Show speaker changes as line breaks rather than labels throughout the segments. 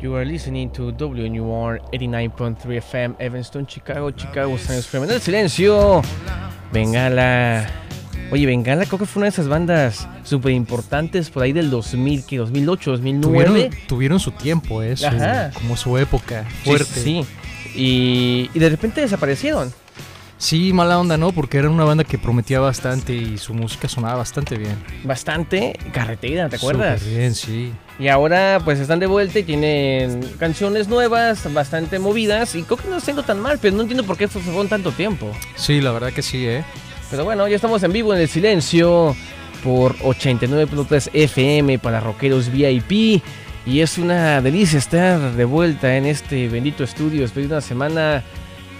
You are listening to WNUR 89.3 FM, Evanston, Chicago, Chicago, San Experimento del Silencio. Bengala. Oye, Bengala creo que fue una de esas bandas súper importantes por ahí del 2000, que 2008, 2009.
Tuvieron, tuvieron su tiempo, eso.
Ajá.
Como su época
Sí,
fuerte.
Sí, Y, y de repente desaparecieron.
Sí, mala onda, ¿no? Porque era una banda que prometía bastante y su música sonaba bastante bien.
Bastante carretera, ¿te acuerdas?
Súper bien, sí.
Y ahora pues están de vuelta y tienen canciones nuevas, bastante movidas. Y creo que no está yendo tan mal, pero no entiendo por qué fue, fue tanto tiempo.
Sí, la verdad que sí, ¿eh?
Pero bueno, ya estamos en vivo en el silencio por 89.3 FM para rockeros VIP. Y es una delicia estar de vuelta en este bendito estudio después de una semana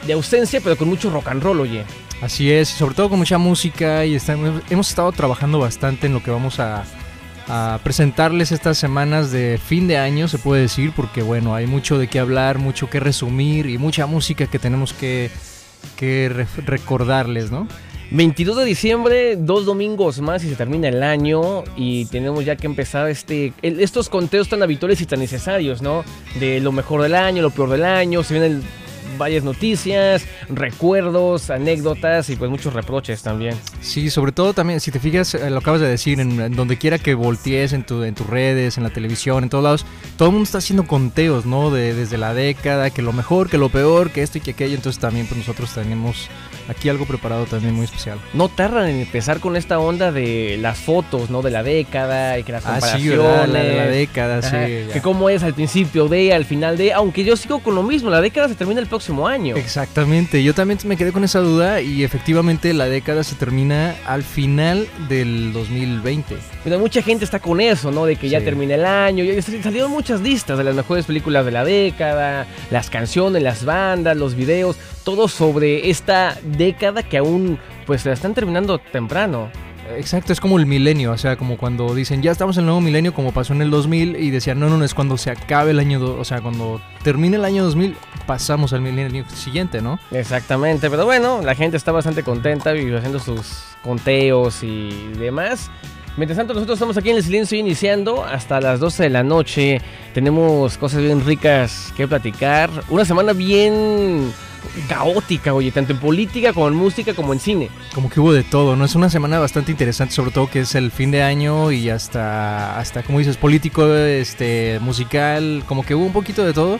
de ausencia, pero con mucho rock and roll, oye.
Así es, y sobre todo con mucha música y está- hemos estado trabajando bastante en lo que vamos a, a presentarles estas semanas de fin de año, se puede decir, porque bueno, hay mucho de qué hablar, mucho que resumir y mucha música que tenemos que, que re- recordarles, ¿no?
22 de diciembre, dos domingos más y se termina el año y tenemos ya que empezar este, el- estos conteos tan habituales y tan necesarios, ¿no? De lo mejor del año, lo peor del año, se vienen varias noticias, recuerdos, anécdotas y pues muchos reproches también.
Sí, sobre todo también, si te fijas, eh, lo acabas de decir, en, en donde quiera que voltees, en, tu, en tus redes, en la televisión, en todos lados, todo el mundo está haciendo conteos, ¿no? De, desde la década, que lo mejor, que lo peor, que esto y que aquello. Entonces también pues nosotros tenemos aquí algo preparado también muy especial.
No tardan en empezar con esta onda de las fotos, ¿no? De la década y que las
Ah,
comparaciones.
sí, ¿verdad? La de la década,
Ajá,
sí. ya.
que cómo es al principio de, al final de, aunque yo sigo con lo mismo, la década se termina el próximo año.
Exactamente, yo también me quedé con esa duda y efectivamente la década se termina al final del 2020.
Pero mucha gente está con eso, ¿no? De que ya
Sí.
termina el año. Y sal- Salieron muchas listas de las mejores películas de la década, las canciones, las bandas, los videos, todo sobre esta década que aún pues la están terminando temprano.
Exacto, es como el milenio, o sea, como cuando dicen ya estamos en el nuevo milenio, como pasó en el 2000, y decían no, no, no, es cuando se acabe el año, do- o sea, cuando termine el año 2000, pasamos al milenio siguiente, ¿no?
Exactamente, pero bueno, la gente está bastante contenta y haciendo sus conteos y demás. Mientras tanto, nosotros estamos aquí en el silencio iniciando hasta las 12 de la noche. Tenemos cosas bien ricas que platicar. Una semana bien caótica, oye, tanto en política como en música como en cine.
Como que hubo de todo, ¿no? Es una semana bastante interesante, sobre todo que es el fin de año y hasta, hasta como dices, político, este, musical, como que hubo un poquito de todo,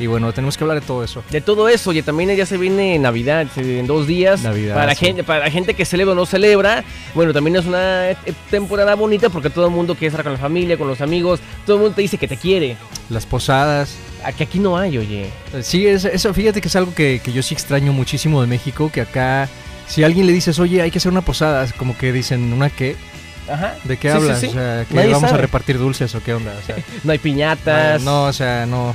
y bueno, tenemos que hablar de todo eso.
De todo eso, oye, también ya se viene Navidad se- en dos días.
Navidad,
Para,
sí.
gente, para la gente que celebra o no celebra. Bueno, también es una eh, temporada bonita porque todo el mundo quiere estar con la familia, con los amigos. Todo el mundo te dice que te quiere.
Las posadas,
A que aquí no hay, oye.
Sí, es- eso fíjate que es algo que, que yo sí extraño muchísimo de México, que acá si a alguien le dices, oye, hay que hacer una posada, es como que dicen, ¿una qué?
Ajá.
¿De qué
Sí, sí,
hablas?
sí.
O sea, que
Nadie
vamos
sabe.
a repartir dulces o qué onda. O sea,
No hay piñatas, no,
no, o sea, no.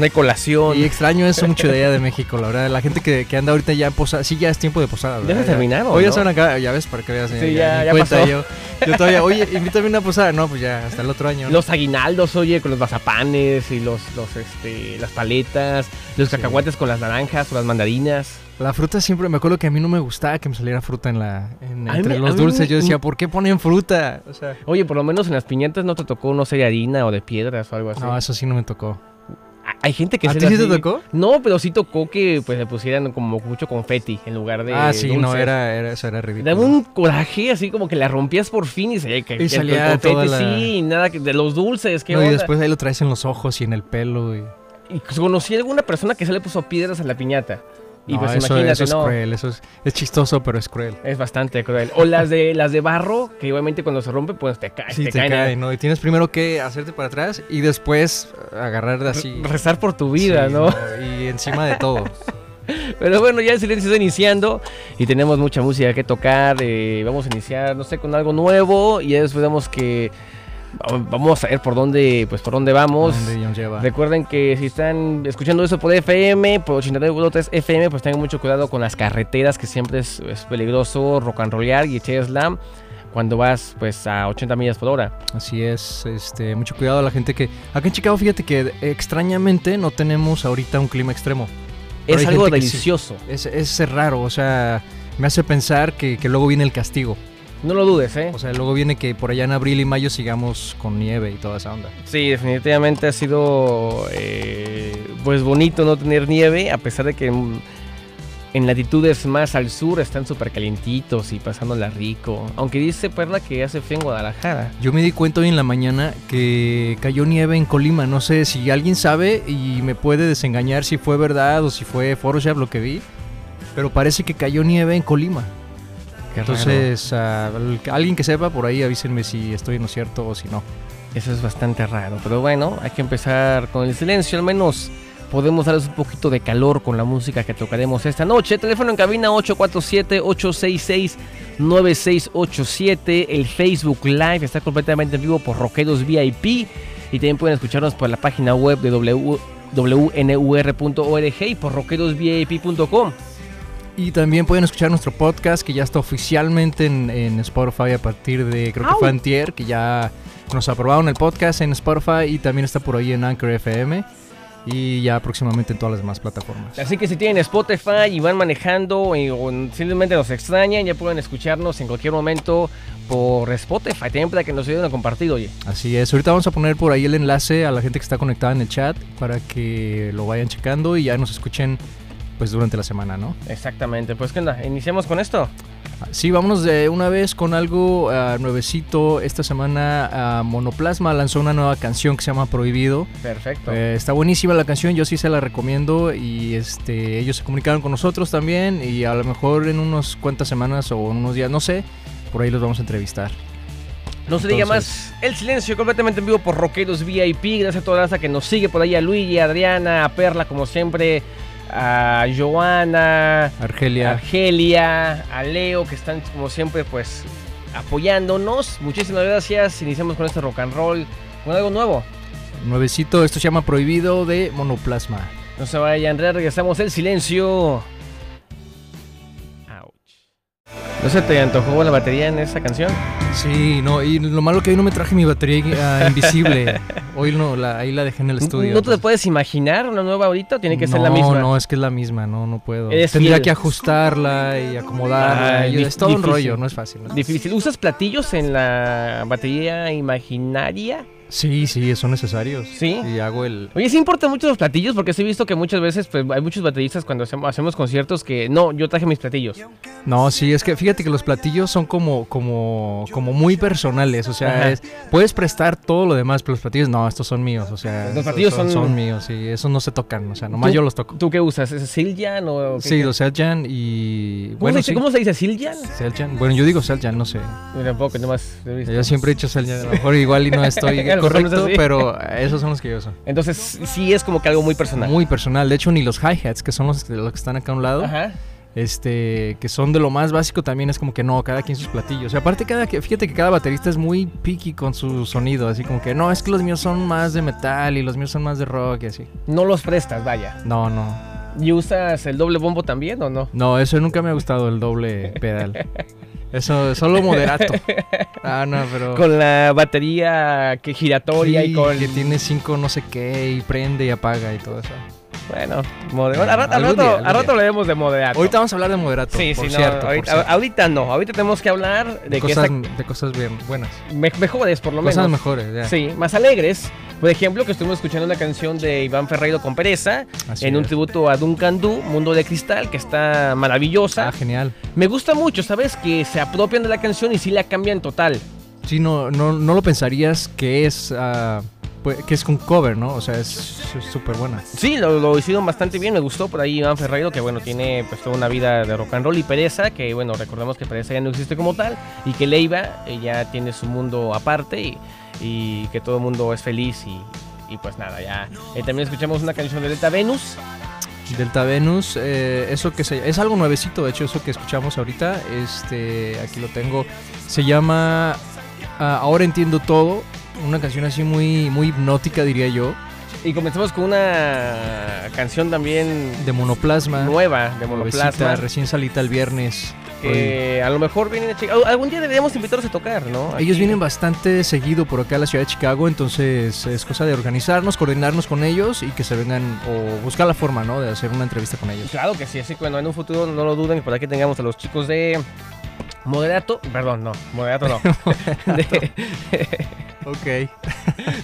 hay colación.
Y extraño eso mucho de allá de México, la verdad. La gente que, que anda ahorita ya en posada, sí, ya es tiempo de posada. ¿verdad?
se terminaron,
Hoy ya
¿no?
están acá, ya ves, para que veas.
Sí, ya-
ni
ya
cuenta
pasó.
Yo, yo todavía, oye, invítame a una posada. No, pues ya, hasta el otro año. ¿no?
Los aguinaldos, oye, con los mazapanes y los, los, este, las paletas, los
Sí.
cacahuates con las naranjas o las mandarinas.
La fruta siempre, me acuerdo que a mí no me gustaba que me saliera fruta en la, en-
A mí
entre
me- a
los
mí me-
dulces. Yo decía, ¿por qué ponen fruta? O sea,
Oye, por lo menos en las piñatas no te tocó, no sé, de harina o de piedras o algo así.
no, eso sí no me tocó.
A- Hay gente que
¿A
sí
ti
era
sí te
así.
tocó?
No, pero sí tocó que pues le pusieran como mucho confeti en lugar de
ah, sí, no,
dulces.
era, era, eso era ridículo.
Daba un coraje así como que la rompías por fin y salía que
Y salía
el confeti,
toda la-
sí, y nada que- de los dulces, que
No, y después ahí lo traes en los ojos y en el pelo. Y...
Y conocí a alguna persona que se le puso piedras a la piñata. Y
No,
pues
eso,
imagínate,
eso es
¿no?
cruel, eso es, es chistoso, pero es cruel.
Es bastante cruel. O las de las de barro, que obviamente cuando se rompe, pues te caes,
Sí,
te,
te,
caen.
cae, ¿no? Y tienes primero que hacerte para atrás y después eh, agarrar de así.
Re- Rezar por tu vida,
Sí,
¿no?
Y encima de todo.
Pero bueno, ya el silencio está iniciando y tenemos mucha música que tocar. eh, vamos a iniciar, no sé, con algo nuevo y ya después vemos que vamos a ver por dónde, pues por dónde vamos.
Donde nos lleva.
Recuerden que si están escuchando eso por FM, por 89.3 FM, pues tengan mucho cuidado con las carreteras, que siempre es, es peligroso rock and rollar y echar slam cuando vas pues a 80 millas por hora.
Así es, este, mucho cuidado a la gente que. Acá en Chicago, fíjate que extrañamente no tenemos ahorita un clima extremo. Pero
es
hay
algo
gente que sí.
delicioso.
Es, es raro, o sea, me hace pensar que, que luego viene el castigo.
No lo dudes, ¿eh?
O sea, luego viene que por allá en abril y mayo sigamos con nieve y toda esa onda.
Sí, definitivamente ha sido eh, pues bonito no tener nieve, a pesar de que en, en latitudes más al sur están súper calientitos y pasándola rico. Aunque dice Perla que hace frío en Guadalajara.
Yo me di cuenta hoy en la mañana que cayó nieve en Colima. No sé si alguien sabe y me puede desengañar si fue verdad o si fue Photoshop lo que vi. Pero parece que cayó nieve en Colima.
Qué raro.
Entonces, ah, al- alguien que sepa por ahí avísenme si estoy en lo cierto o si no.
Eso es bastante raro, pero bueno, hay que empezar con el silencio, al menos podemos darles un poquito de calor con la música que tocaremos esta noche. Teléfono en cabina 847-866-9687. El Facebook Live está completamente en vivo por Roqueros VIP y también pueden escucharnos por la página web de W- WNUR.org y por roquerosvip.com.
Y también pueden escuchar nuestro podcast que ya está oficialmente en, en Spotify a partir de, creo que fue antier, que ya nos aprobaron el podcast en Spotify y también está por ahí en Anchor FM y ya próximamente en todas las demás plataformas.
Así que si tienen Spotify y van manejando eh, o simplemente nos extrañan, ya pueden escucharnos en cualquier momento por Spotify. También para que nos ayuden a compartir, oye.
Así es, ahorita vamos a poner por ahí el enlace a la gente que está conectada en el chat para que lo vayan checando y ya nos escuchen pues durante la semana, ¿no?
Exactamente. Pues, ¿qué onda? ¿Iniciamos con esto?
Sí, vámonos de una vez con algo ah, nuevecito. Esta semana ah, Monoplasma lanzó una nueva canción que se llama Prohibido.
Perfecto.
Eh, está buenísima la canción, yo sí se la recomiendo y este, ellos se comunicaron con nosotros también y a lo mejor en unas cuantas semanas o en unos días, no sé, por ahí los vamos a entrevistar.
no se diga
entonces-
más. El silencio completamente en vivo por Rockeros VIP. Gracias a toda la raza que nos sigue por ahí. A Luigi, a Adriana, a Perla, como siempre. A Joana,
Argelia,
a Argelia, a Leo, que están como siempre pues apoyándonos. Muchísimas gracias. Iniciamos con este rock and roll, con algo nuevo.
nuevecito, esto se llama Prohibido de Monoplasma.
No se vayan, re- regresamos el silencio. Ouch. ¿No se te antojó la batería en esa canción?
Sí, no, y lo malo que hoy no me traje mi batería ah, invisible. Hoy no, la, ahí la dejé en el estudio.
¿No te
entonces-
puedes imaginar una nueva ahorita? ¿Tiene que ser la
No,
misma?
No, es que es la misma, no, no puedo.
Eres
Tendría
fiel.
que ajustarla y acomodarla.
Ay,
y
dif-
es todo un
difícil.
rollo, no es fácil. ¿no?
Difícil. ¿Usas platillos en la batería imaginaria?
Sí, sí, son necesarios.
Sí.
Y hago el.
Oye, sí importan mucho los platillos porque sí he visto que muchas veces pues, hay muchos bateristas cuando hacemos, hacemos conciertos que no, yo traje mis platillos.
No, sí, es que fíjate que los platillos son como, como, como muy personales. O
Ajá.
sea, es- puedes prestar todo lo demás, pero los platillos no, estos son míos. O sea,
Los
estos
platillos son-
míos, sí, esos no se tocan. O sea, nomás
¿Tú-
yo los toco.
¿Tú qué usas? ¿Es Siljan o qué-
Sí,
qué?
los Seljan y.
¿Cómo,
Bueno,
se,
sí.
¿Cómo se dice Siljan?
Seljan. Bueno, yo digo Seljan, no sé.
Yo tampoco, nomás lo he visto.
Yo siempre he dicho Seljan. A lo mejor igual y no estoy
A lo mejor no es
correcto,
así.
pero esos son los que yo uso.
Entonces sí es como que algo muy personal.
Muy personal. De hecho, ni los hi-hats, que son los, los que están acá a un lado,
Ajá.
este, que son de lo más básico también, es como que no, cada quien sus platillos. Y aparte, cada, que- fíjate que cada baterista es muy picky con su sonido, así como que no, es que los míos son más de metal y los míos son más de rock y así.
No los prestas, vaya.
No, no.
¿Y usas el doble bombo también o no?
No, eso nunca me ha gustado, el doble pedal. Eso, solo moderato. Ah, no, pero...
Con la batería que giratoria y
Sí,
con...
Que tiene cinco no sé qué y prende y apaga y todo eso.
Ah, Bueno, moderato. A rato, a
Algún
rato,
día, algún
a rato
día.
hablaremos de moderato.
Ahorita vamos a hablar de moderato,
Sí,
por
sí, no,
cierto, por
ahorita,
cierto.
ahorita no. Ahorita tenemos que hablar de,
De
que
cosas,
esta-
de cosas bien buenas.
me- mejores, por lo
Cosas
menos.
mejores, ya.
Sí, más alegres. Por ejemplo, que estuvimos escuchando una canción de Iván Ferreiro con Pereza
Así
en un
es.
tributo a Duncan Du, Mundo de Cristal, que está maravillosa.
Ah, genial.
Me gusta mucho, ¿sabes? Que se apropian de la canción y sí la cambian total.
Sí, no, no, no lo pensarías que es, ah, pues, que es un cover, ¿no? O sea, es es súper buena.
Sí, lo, lo hicieron bastante bien, me gustó por ahí Iván Ferreiro, que bueno, tiene pues toda una vida de rock and roll y Pereza, que bueno, recordemos que Pereza ya no existe como tal y que Leiva eh, ya tiene su mundo aparte y, y que todo el mundo es feliz y, y, pues nada, ya. Eh, también escuchamos una canción de Delta Venus,
Delta Venus, eh, eso que se, es algo nuevecito, de hecho, eso que escuchamos ahorita, este, aquí lo tengo, se llama ah, Ahora entiendo todo, una canción así muy, muy hipnótica, diría yo,
y comenzamos con una canción también
de monoplasma.
nueva de
nuevecita,
Monoplasma. Eh,
recién salita el viernes.
Que a lo mejor vienen a Chica- al- Algún día deberíamos invitarlos a tocar, ¿no?
Ellos
Aquí.
vienen bastante seguido por acá a la ciudad de Chicago, entonces es cosa de organizarnos, coordinarnos con ellos y que se vengan o buscar la forma, ¿no? De hacer una entrevista con ellos.
Claro que sí, así que bueno, en un futuro no lo duden, por aquí tengamos a los chicos de Moderato, perdón, no, moderato no. de,
Ok.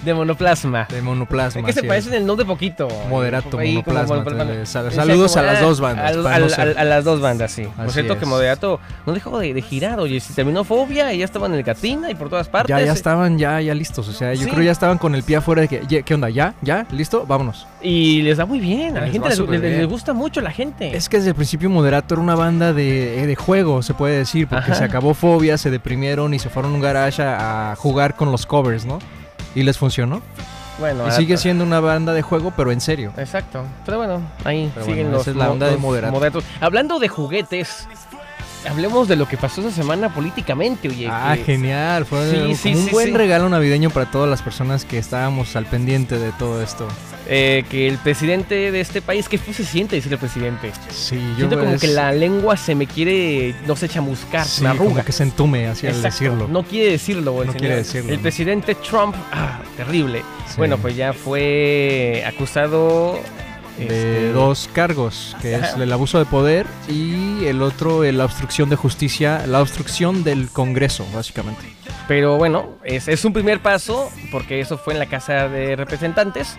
de monoplasma.
De monoplasma.
Es que se
sí.
parecen el nombre poquito.
Moderato,
Ahí como
monoplasma.
monoplasma.
entonces, sal-
O sea,
saludos
como,
a las
ah,
dos bandas.
al-
para
al-
no
al- A,
ser-
las dos bandas, sí. Por
Así
cierto que
es.
Moderato no dejó de, de girar, oye, si terminó Fobia y ya estaban en el Catrina y por todas partes.
ya, ya estaban ya, ya listos. O sea, yo
Sí.
creo ya estaban con el pie afuera de que, "Ye, ¿qué onda? ¿Ya? ¿Ya? ¿Listo? Vámonos.
Y les da muy bien, a la
Les
gente
va
les,
súper
les-
bien.
les gusta mucho la gente.
Es que desde el principio Moderato era una banda de, eh, de juego, se puede decir, porque
Ajá.
se acabó fobia, se deprimieron y se fueron a un garage a, a jugar con los covers, ¿no? Y les funcionó.
bueno,
y sigue
a-
siendo una banda de juego, pero en serio.
Exacto. Pero bueno, ahí
Pero
siguen
bueno,
los
esa es la
mo-
onda de
los
moderato.
moderatos. Hablando de juguetes, hablemos de lo que pasó esa semana políticamente, oye.
Ah,
que-
genial. Fue
Sí,
un-
sí,
como un
sí,
buen
sí.
regalo navideño para todas las personas que estábamos al pendiente de todo esto.
eh, que el presidente de este país, ¿qué se siente decir el presidente?
Sí, yo
Siento como
es-
que la lengua se me quiere, no sé, chamuscar,
sí,
me
como
arruga.
que se entume así al
Exacto,
decirlo.
No quiere decirlo, el
No
señor.
quiere decirlo,
El
¿no?
presidente Trump, ah, terrible.
Sí.
Bueno, pues ya fue acusado
de
este,
dos cargos, que es el abuso de poder y el otro, eh, la obstrucción de justicia, la obstrucción del Congreso, básicamente.
Pero bueno, es, es un primer paso porque eso fue en la Casa de Representantes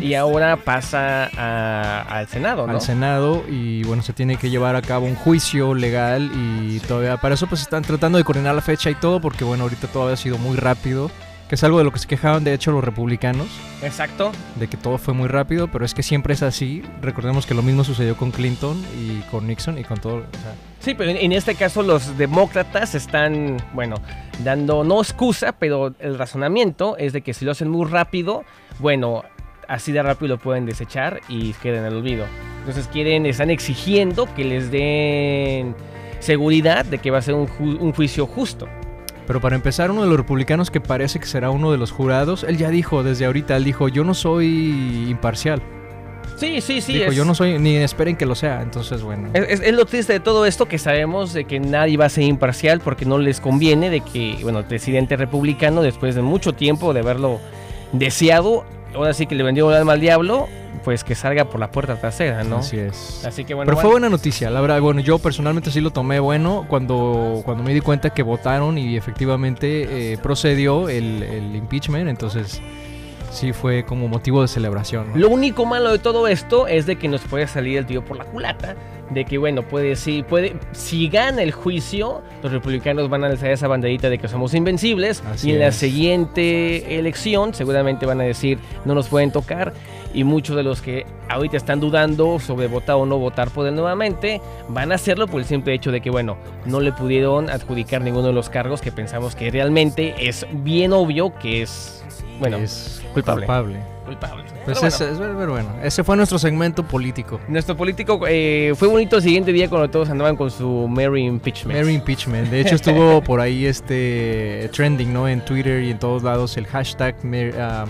y ahora pasa a- al Senado, ¿no?
Al Senado y bueno, se tiene que llevar a cabo un juicio legal y todavía para eso pues están tratando de coordinar la fecha y todo porque bueno, ahorita todavía ha sido muy rápido, que es algo de lo que se quejaban de hecho los republicanos,
Exacto.
de que todo fue muy rápido, pero es que siempre es así. Recordemos que lo mismo sucedió con Clinton y con Nixon y con todo, o sea,
Sí, pero en, en este caso los demócratas están, bueno, dando no excusa, pero el razonamiento es de que si lo hacen muy rápido, bueno, así de rápido lo pueden desechar y queden en el olvido. Entonces quieren, están exigiendo que les den seguridad de que va a ser un, ju- un juicio justo.
Pero para empezar, uno de los republicanos que parece que será uno de los jurados, él ya dijo desde ahorita, él dijo, yo no soy imparcial.
Sí, sí, sí.
dijo,
es-
yo no soy, ni esperen que lo sea. Entonces, bueno.
Es, es- es lo triste de todo esto que sabemos de que nadie va a ser imparcial porque no les conviene de que, bueno, el presidente republicano, después de mucho tiempo de haberlo deseado, ahora sí que le vendió el alma al diablo, pues que salga por la puerta trasera, ¿no?
Así es.
Así que bueno.
Pero fue
bueno,
buena noticia, la verdad. Bueno, yo personalmente sí lo tomé bueno cuando, cuando me di cuenta que votaron y efectivamente eh, procedió el, el impeachment. Entonces, sí fue como motivo de celebración. ¿no?
Lo único malo de todo esto es de que nos puede salir el tío por la culata, de que bueno, puede si puede si gana el juicio, los republicanos van a alzar esa banderita de que somos invencibles
Así
y en la
es.
siguiente elección seguramente van a decir no nos pueden tocar y muchos de los que ahorita están dudando sobre votar o no votar por él nuevamente van a hacerlo por el simple hecho de que bueno, no le pudieron adjudicar ninguno de los cargos que pensamos que realmente es bien obvio que es bueno,
es
culpable.
culpable.
culpable. Pero
Pues
bueno.
ese- es- pero bueno, ese fue nuestro segmento político.
Nuestro político eh, fue bonito el siguiente día cuando todos andaban con su Merry Impeachment.
Mary impeachment. De hecho estuvo por ahí este trending, ¿no? En Twitter y en todos lados el hashtag Mary, ah,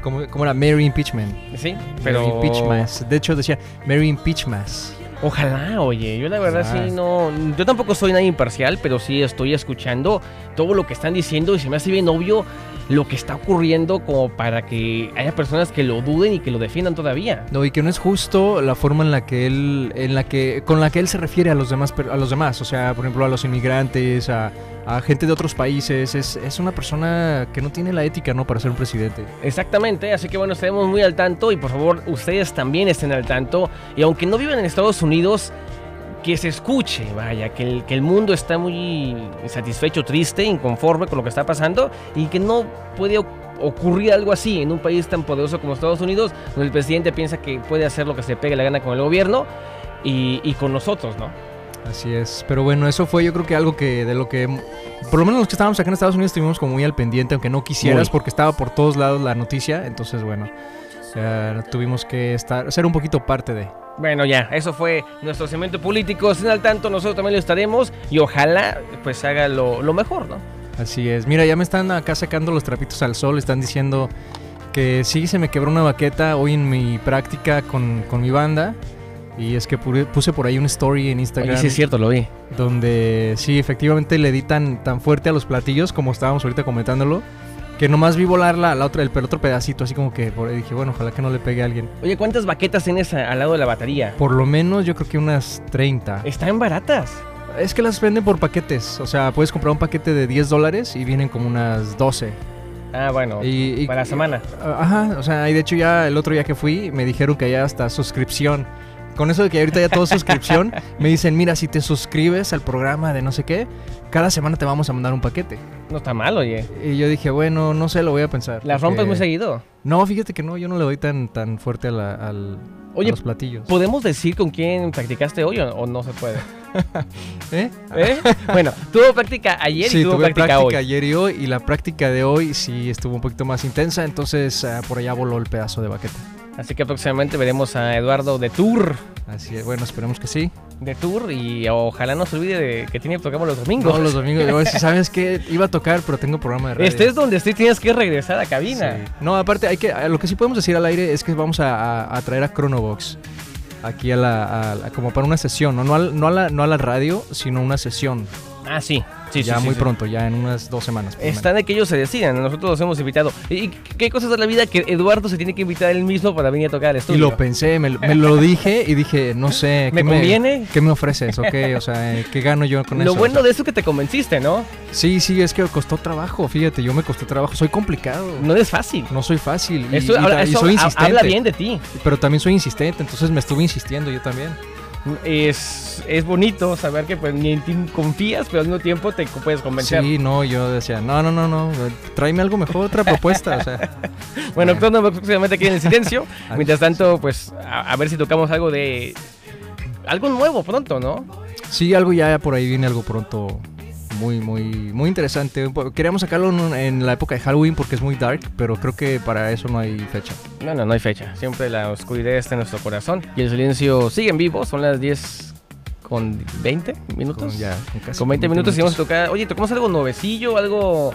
¿cómo, cómo era? Mary impeachment.
Sí,
Mary
pero.
impeachment. De hecho decía Mary impeachment.
Ojalá, oye. Yo la verdad
Ojalá.
sí no. Yo tampoco soy nadie imparcial, pero sí estoy escuchando todo lo que están diciendo y se me hace bien obvio lo que está ocurriendo como para que haya personas que lo duden y que lo defiendan todavía.
No, y que no es justo la forma en la que él en la que con la que él se refiere a los demás per- a los demás, o sea, por ejemplo, a los inmigrantes, a, a gente de otros países, es, es una persona que no tiene la ética, ¿no? para ser un presidente.
Exactamente, así que bueno, estaremos muy al tanto y por favor ustedes también estén al tanto. Y aunque no vivan en Estados Unidos, que se escuche, vaya, que el, que el mundo está muy insatisfecho, triste, inconforme con lo que está pasando y que no puede o- ocurrir algo así en un país tan poderoso como Estados Unidos, donde el presidente piensa que puede hacer lo que se le pegue la gana con el gobierno y, y con nosotros, ¿no?
Así es, pero bueno, eso fue yo creo que algo que de lo que por lo menos los que estábamos acá en Estados Unidos estuvimos como muy al pendiente, aunque no quisieras
Muy.
porque estaba por todos lados la noticia, entonces bueno, eh, tuvimos que estar ser un poquito parte de.
Bueno, ya, eso fue nuestro segmento político. Estén al tanto, nosotros también lo estaremos y ojalá pues haga lo, lo mejor, ¿no?
Así es. Mira, ya me están acá sacando los trapitos al sol, están diciendo que sí se me quebró una baqueta hoy en mi práctica con, con mi banda y es que pure- puse por ahí una story en Instagram.
Oye, sí es cierto, lo vi.
donde sí, efectivamente le di tan, tan fuerte a los platillos como estábamos ahorita comentándolo, que nomás vi volar la, la otra, el, el otro pedacito, así como que por ahí dije, bueno, ojalá que no le pegue a alguien.
Oye, ¿cuántas baquetas tienes a- al lado de la batería? Eh.
Por lo menos yo creo que unas 30.
Están baratas.
Es que las venden por paquetes. O sea, puedes comprar un paquete de 10 dólares y vienen como unas 12.
Ah, bueno.
Y- y-
para la semana.
Ah, Ajá, o sea, y de hecho ya el otro día que fui me dijeron que ya hasta suscripción. Con eso de que ahorita ya todo es suscripción, me dicen, mira, si te suscribes al programa de no sé qué, cada semana te vamos a mandar un paquete.
No está mal, oye.
Y yo dije, bueno, no sé, lo voy a pensar.
Las
porque-
rompes muy seguido.
No, fíjate que no, yo no le doy tan, tan fuerte a, la- al, a
Oye, pues,
los platillos.
¿podemos decir con quién practicaste hoy o, o no se puede?
¿Eh?
¿Eh? bueno, tuvo práctica ayer y
sí,
tuvo
tuve
práctica,
práctica
hoy.
ayer y hoy, y la práctica de hoy sí estuvo un poquito más intensa, entonces ah, por allá voló el pedazo de baqueta.
Así que próximamente veremos a Eduardo de Tour.
Así es, bueno, esperemos que sí.
De Tour y ojalá no se olvide de que tiene programa los domingos.
No, los domingos. yo, si ¿Sabes qué? Iba a tocar, pero tengo programa de radio.
Estés donde estés, tienes que regresar a
Sí.
cabina.
No, aparte, hay que, lo que sí podemos decir al aire es que vamos a, a- a traer a Chronobox aquí a la, a- a- como para una sesión, ¿no? No, al- no a la, no a la radio, sino una sesión.
Ah, sí. Sí,
ya
sí, sí,
muy
sí.
pronto, ya en unas dos semanas. por lo
Está de que ellos se decidan, nosotros los hemos invitado. ¿Y qué cosas de la vida que Eduardo se tiene que invitar él mismo para venir a tocar al
menos. y
estudio?
lo pensé, me, lo- me lo dije y dije, no sé.
¿Me conviene?
¿Qué me ofreces? Ok, o sea, eh, ¿qué gano yo con
Lo
eso?
bueno
O sea,
de eso es que te convenciste, ¿no?
Sí, sí, es que costó trabajo, fíjate, yo me costó trabajo. Soy complicado, no,
No es fácil.
soy fácil. y-
Eso,
y,
habla-
ta- y
eso
soy
ha-
insistente.
habla bien de ti.
Pero también soy insistente, entonces me estuve insistiendo yo también.
Es, es bonito saber que pues, ni en ti confías, pero al mismo tiempo te co- puedes convencer.
Sí, no, yo decía, no, no, no, no, eh, tráeme algo mejor, otra propuesta, o sea.
Bueno, pues-
Bueno.
Crono próximamente aquí en el silencio. Mientras tanto, pues a, a ver si tocamos algo de. Algo nuevo pronto, ¿no?
Sí, algo ya por ahí viene algo pronto muy, muy, muy interesante. Un po- Queríamos sacarlo en, un- en la época de Halloween porque es muy dark, pero creo que para eso no hay fecha.
No, no, no hay fecha. Siempre la oscuridad está en nuestro corazón. Y el silencio sigue en vivo. Son las 10 con 20 minutos.
Con, ya, con casi
Con 20 minutos y vamos a
minutos
tocar. Oye, tocamos algo nuevecillo, algo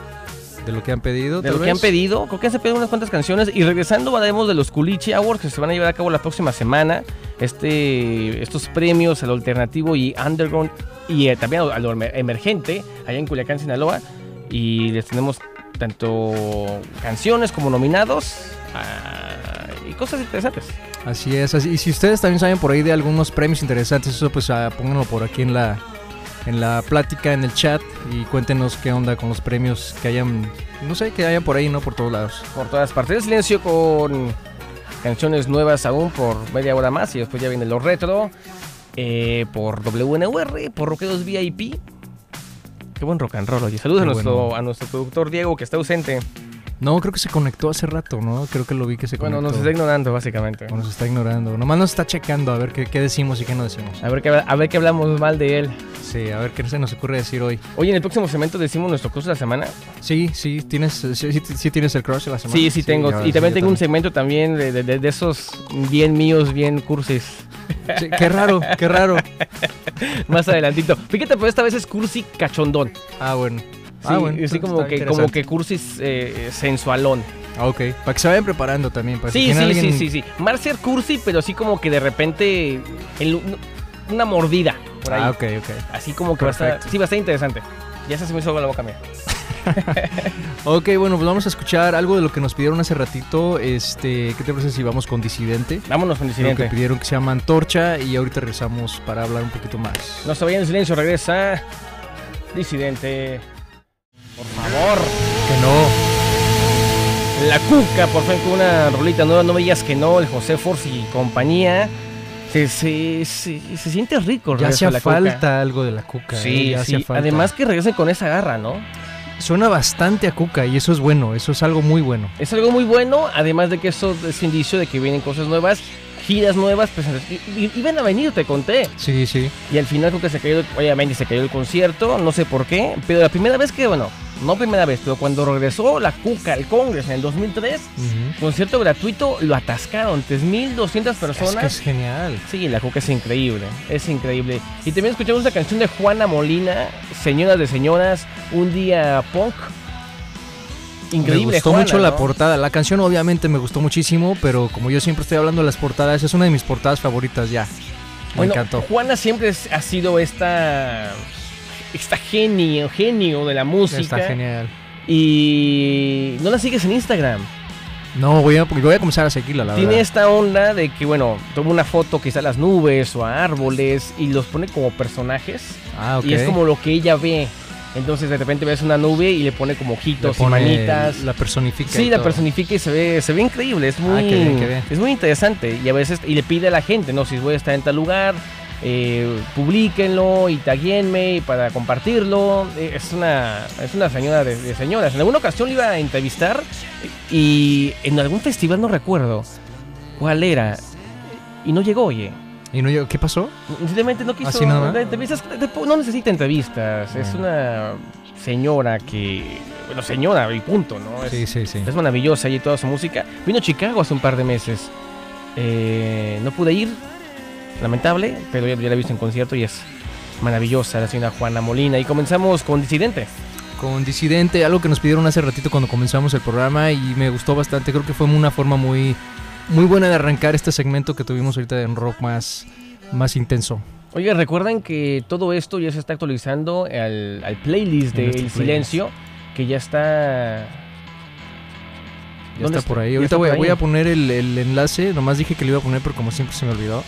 de lo que han pedido.
de
tal
lo que
vez.
han pedido. Creo que se pedido unas cuantas canciones. Y regresando hablaremos de los Culichi Awards que se van a llevar a cabo la próxima semana. Este, estos premios al alternativo y underground y eh, también a lo emer- emergente allá en Culiacán, Sinaloa. Y les tenemos tanto canciones como nominados ah, y cosas interesantes.
Así es, así- y si ustedes también saben por ahí de algunos premios interesantes, eso pues ah, pónganlo por aquí en la en la plática, en el chat y cuéntenos qué onda con los premios que hayan, no sé, que hayan por ahí, no por todos lados.
por todas partes. El silencio con canciones nuevas aún por media hora más y después ya viene lo retro eh, por WNUR, por Roquedos VIP. Qué buen rock and roll, oye. Saludos a
Qué
nuestro,
bueno.
a nuestro productor Diego que está ausente.
No, creo que se conectó hace rato, ¿no? Creo que lo vi que se
Bueno,
conectó.
nos está ignorando básicamente.
O nos está ignorando. Nomás nos está checando a ver qué, qué decimos y qué no decimos.
A ver, qué, a ver qué hablamos mal de él.
Sí, a ver qué se nos ocurre decir hoy.
Oye, en el próximo segmento decimos nuestro curso de la semana.
Sí, sí, tienes, sí, sí, sí tienes el crush de la semana.
Sí, sí, tengo.
ya,
y
sí,
también
yo
tengo un segmento también de, de- de- de esos bien míos, bien cursis.
Sí, qué raro, qué raro.
Más adelantito. Fíjate, pero esta vez es cursi cachondón.
Ah, bueno.
Sí,
ah, bueno.
sí,
entonces
como
está
que, como
interesante.
que cursis eh, sensualón.
Ah, ok. Para que se vayan preparando también. Para
Sí, sí,
que tengan
sí,
Pues alguien-
sí, sí. Marcer cursi, pero sí como que de repente el- una mordida por ahí.
Ah, ok, ok.
Así como que va a estar,
Perfecto.
sí, va a estar interesante. Ya se me hizo agua la boca mía.
Ok, bueno, pues vamos a escuchar algo de lo que nos pidieron hace ratito. Este, ¿Qué te parece si vamos con Disidente?
Vámonos con el
Lo que
siguiente.
pidieron que se llama Antorcha y ahorita regresamos para hablar un poquito más.
No se vayan en silencio, regresa. Disidente. Por favor.
Que no.
La Cuca, por fin, con una rolita nueva, no me digas que no, el José Force y compañía. Se, se, se- se siente rico, el
Ya
regreso de
hacía
la Cuca.
falta algo de la cuca. ¿eh?
Sí,
Ya
sí.
hacía falta.
Además que regresen con esa garra, ¿no?
suena bastante a cuca y eso es bueno, eso es algo muy bueno.
Es algo muy bueno, además de que eso es indicio de que vienen cosas nuevas, giras nuevas, pues, presentaciones. I- i- Iban a venir, te conté.
Sí, sí.
Y al final creo que se cayó, el- obviamente se cayó el concierto, no sé por qué, pero la primera vez que, bueno, no primera vez, pero cuando regresó la Cuca al Congreso en el 2003, concierto gratuito, lo atascaron, 3.200
Es que
personas.
es genial.
Sí, la Cuca es increíble, es increíble. Y también escuchamos la canción de Juana Molina, Señoras de Señoras, Un Día Punk. Increíble.
me gustó
Juana,
mucho la
¿no?
portada. La canción obviamente me gustó muchísimo, pero como yo siempre estoy hablando de las portadas, es una de mis portadas favoritas ya. Me
Bueno,
encantó.
Juana siempre es- ha sido esta. Esta genio, genio de la música.
Está genial.
Y no la sigues en Instagram.
No, voy a, voy a comenzar a seguirla, la
Tiene
verdad.
esta onda de que, bueno, toma una foto quizá a las nubes o a árboles y los pone como personajes.
Ah, ok.
Y es como lo que ella ve. Entonces de repente ves una nube y le pone como
Le
ojitos y
pone-
manitas.
La personifica.
Sí,
y
la
todo. Ah,
personifica y se ve, se ve increíble, es muy,
qué bien, qué bien.
es muy interesante y a veces y le pide a la gente, no, si voy a estar en tal lugar, eh, publíquenlo y taguéenme para compartirlo. Eh, Es una, es una señora de, de señoras. En alguna ocasión le iba a entrevistar y en algún festival no recuerdo cuál era y no llegó, oye.
¿Y no yo- qué pasó?
Simplemente no quiso
¿Así nada más?
dar entrevistas. Tampoco- No necesita entrevistas. Es
Mm.
una señora que. Bueno, señora y punto, ¿no? Es,
Sí, sí, sí.
es maravillosa y toda su música. Vino a Chicago hace un par de meses. Eh, no pude ir, lamentable, pero ya, ya la he visto en concierto y es maravillosa la señora Juana Molina. Y comenzamos con Disidente.
Con Disidente, algo que nos pidieron hace ratito cuando comenzamos el programa y me gustó bastante. Creo que fue una forma muy, muy buena de arrancar este segmento que tuvimos ahorita en rock más, más intenso.
Oye, recuerden que todo esto ya se está actualizando al, al playlist de
En
El
nuestro playlist.
Silencio, que ya está.
Ya
¿Dónde
está
está?
por ahí.
Ya
Ahorita
está
voy,
por ahí.
voy a poner el, el enlace. Nomás dije que lo iba a poner, pero como siempre se me olvidó.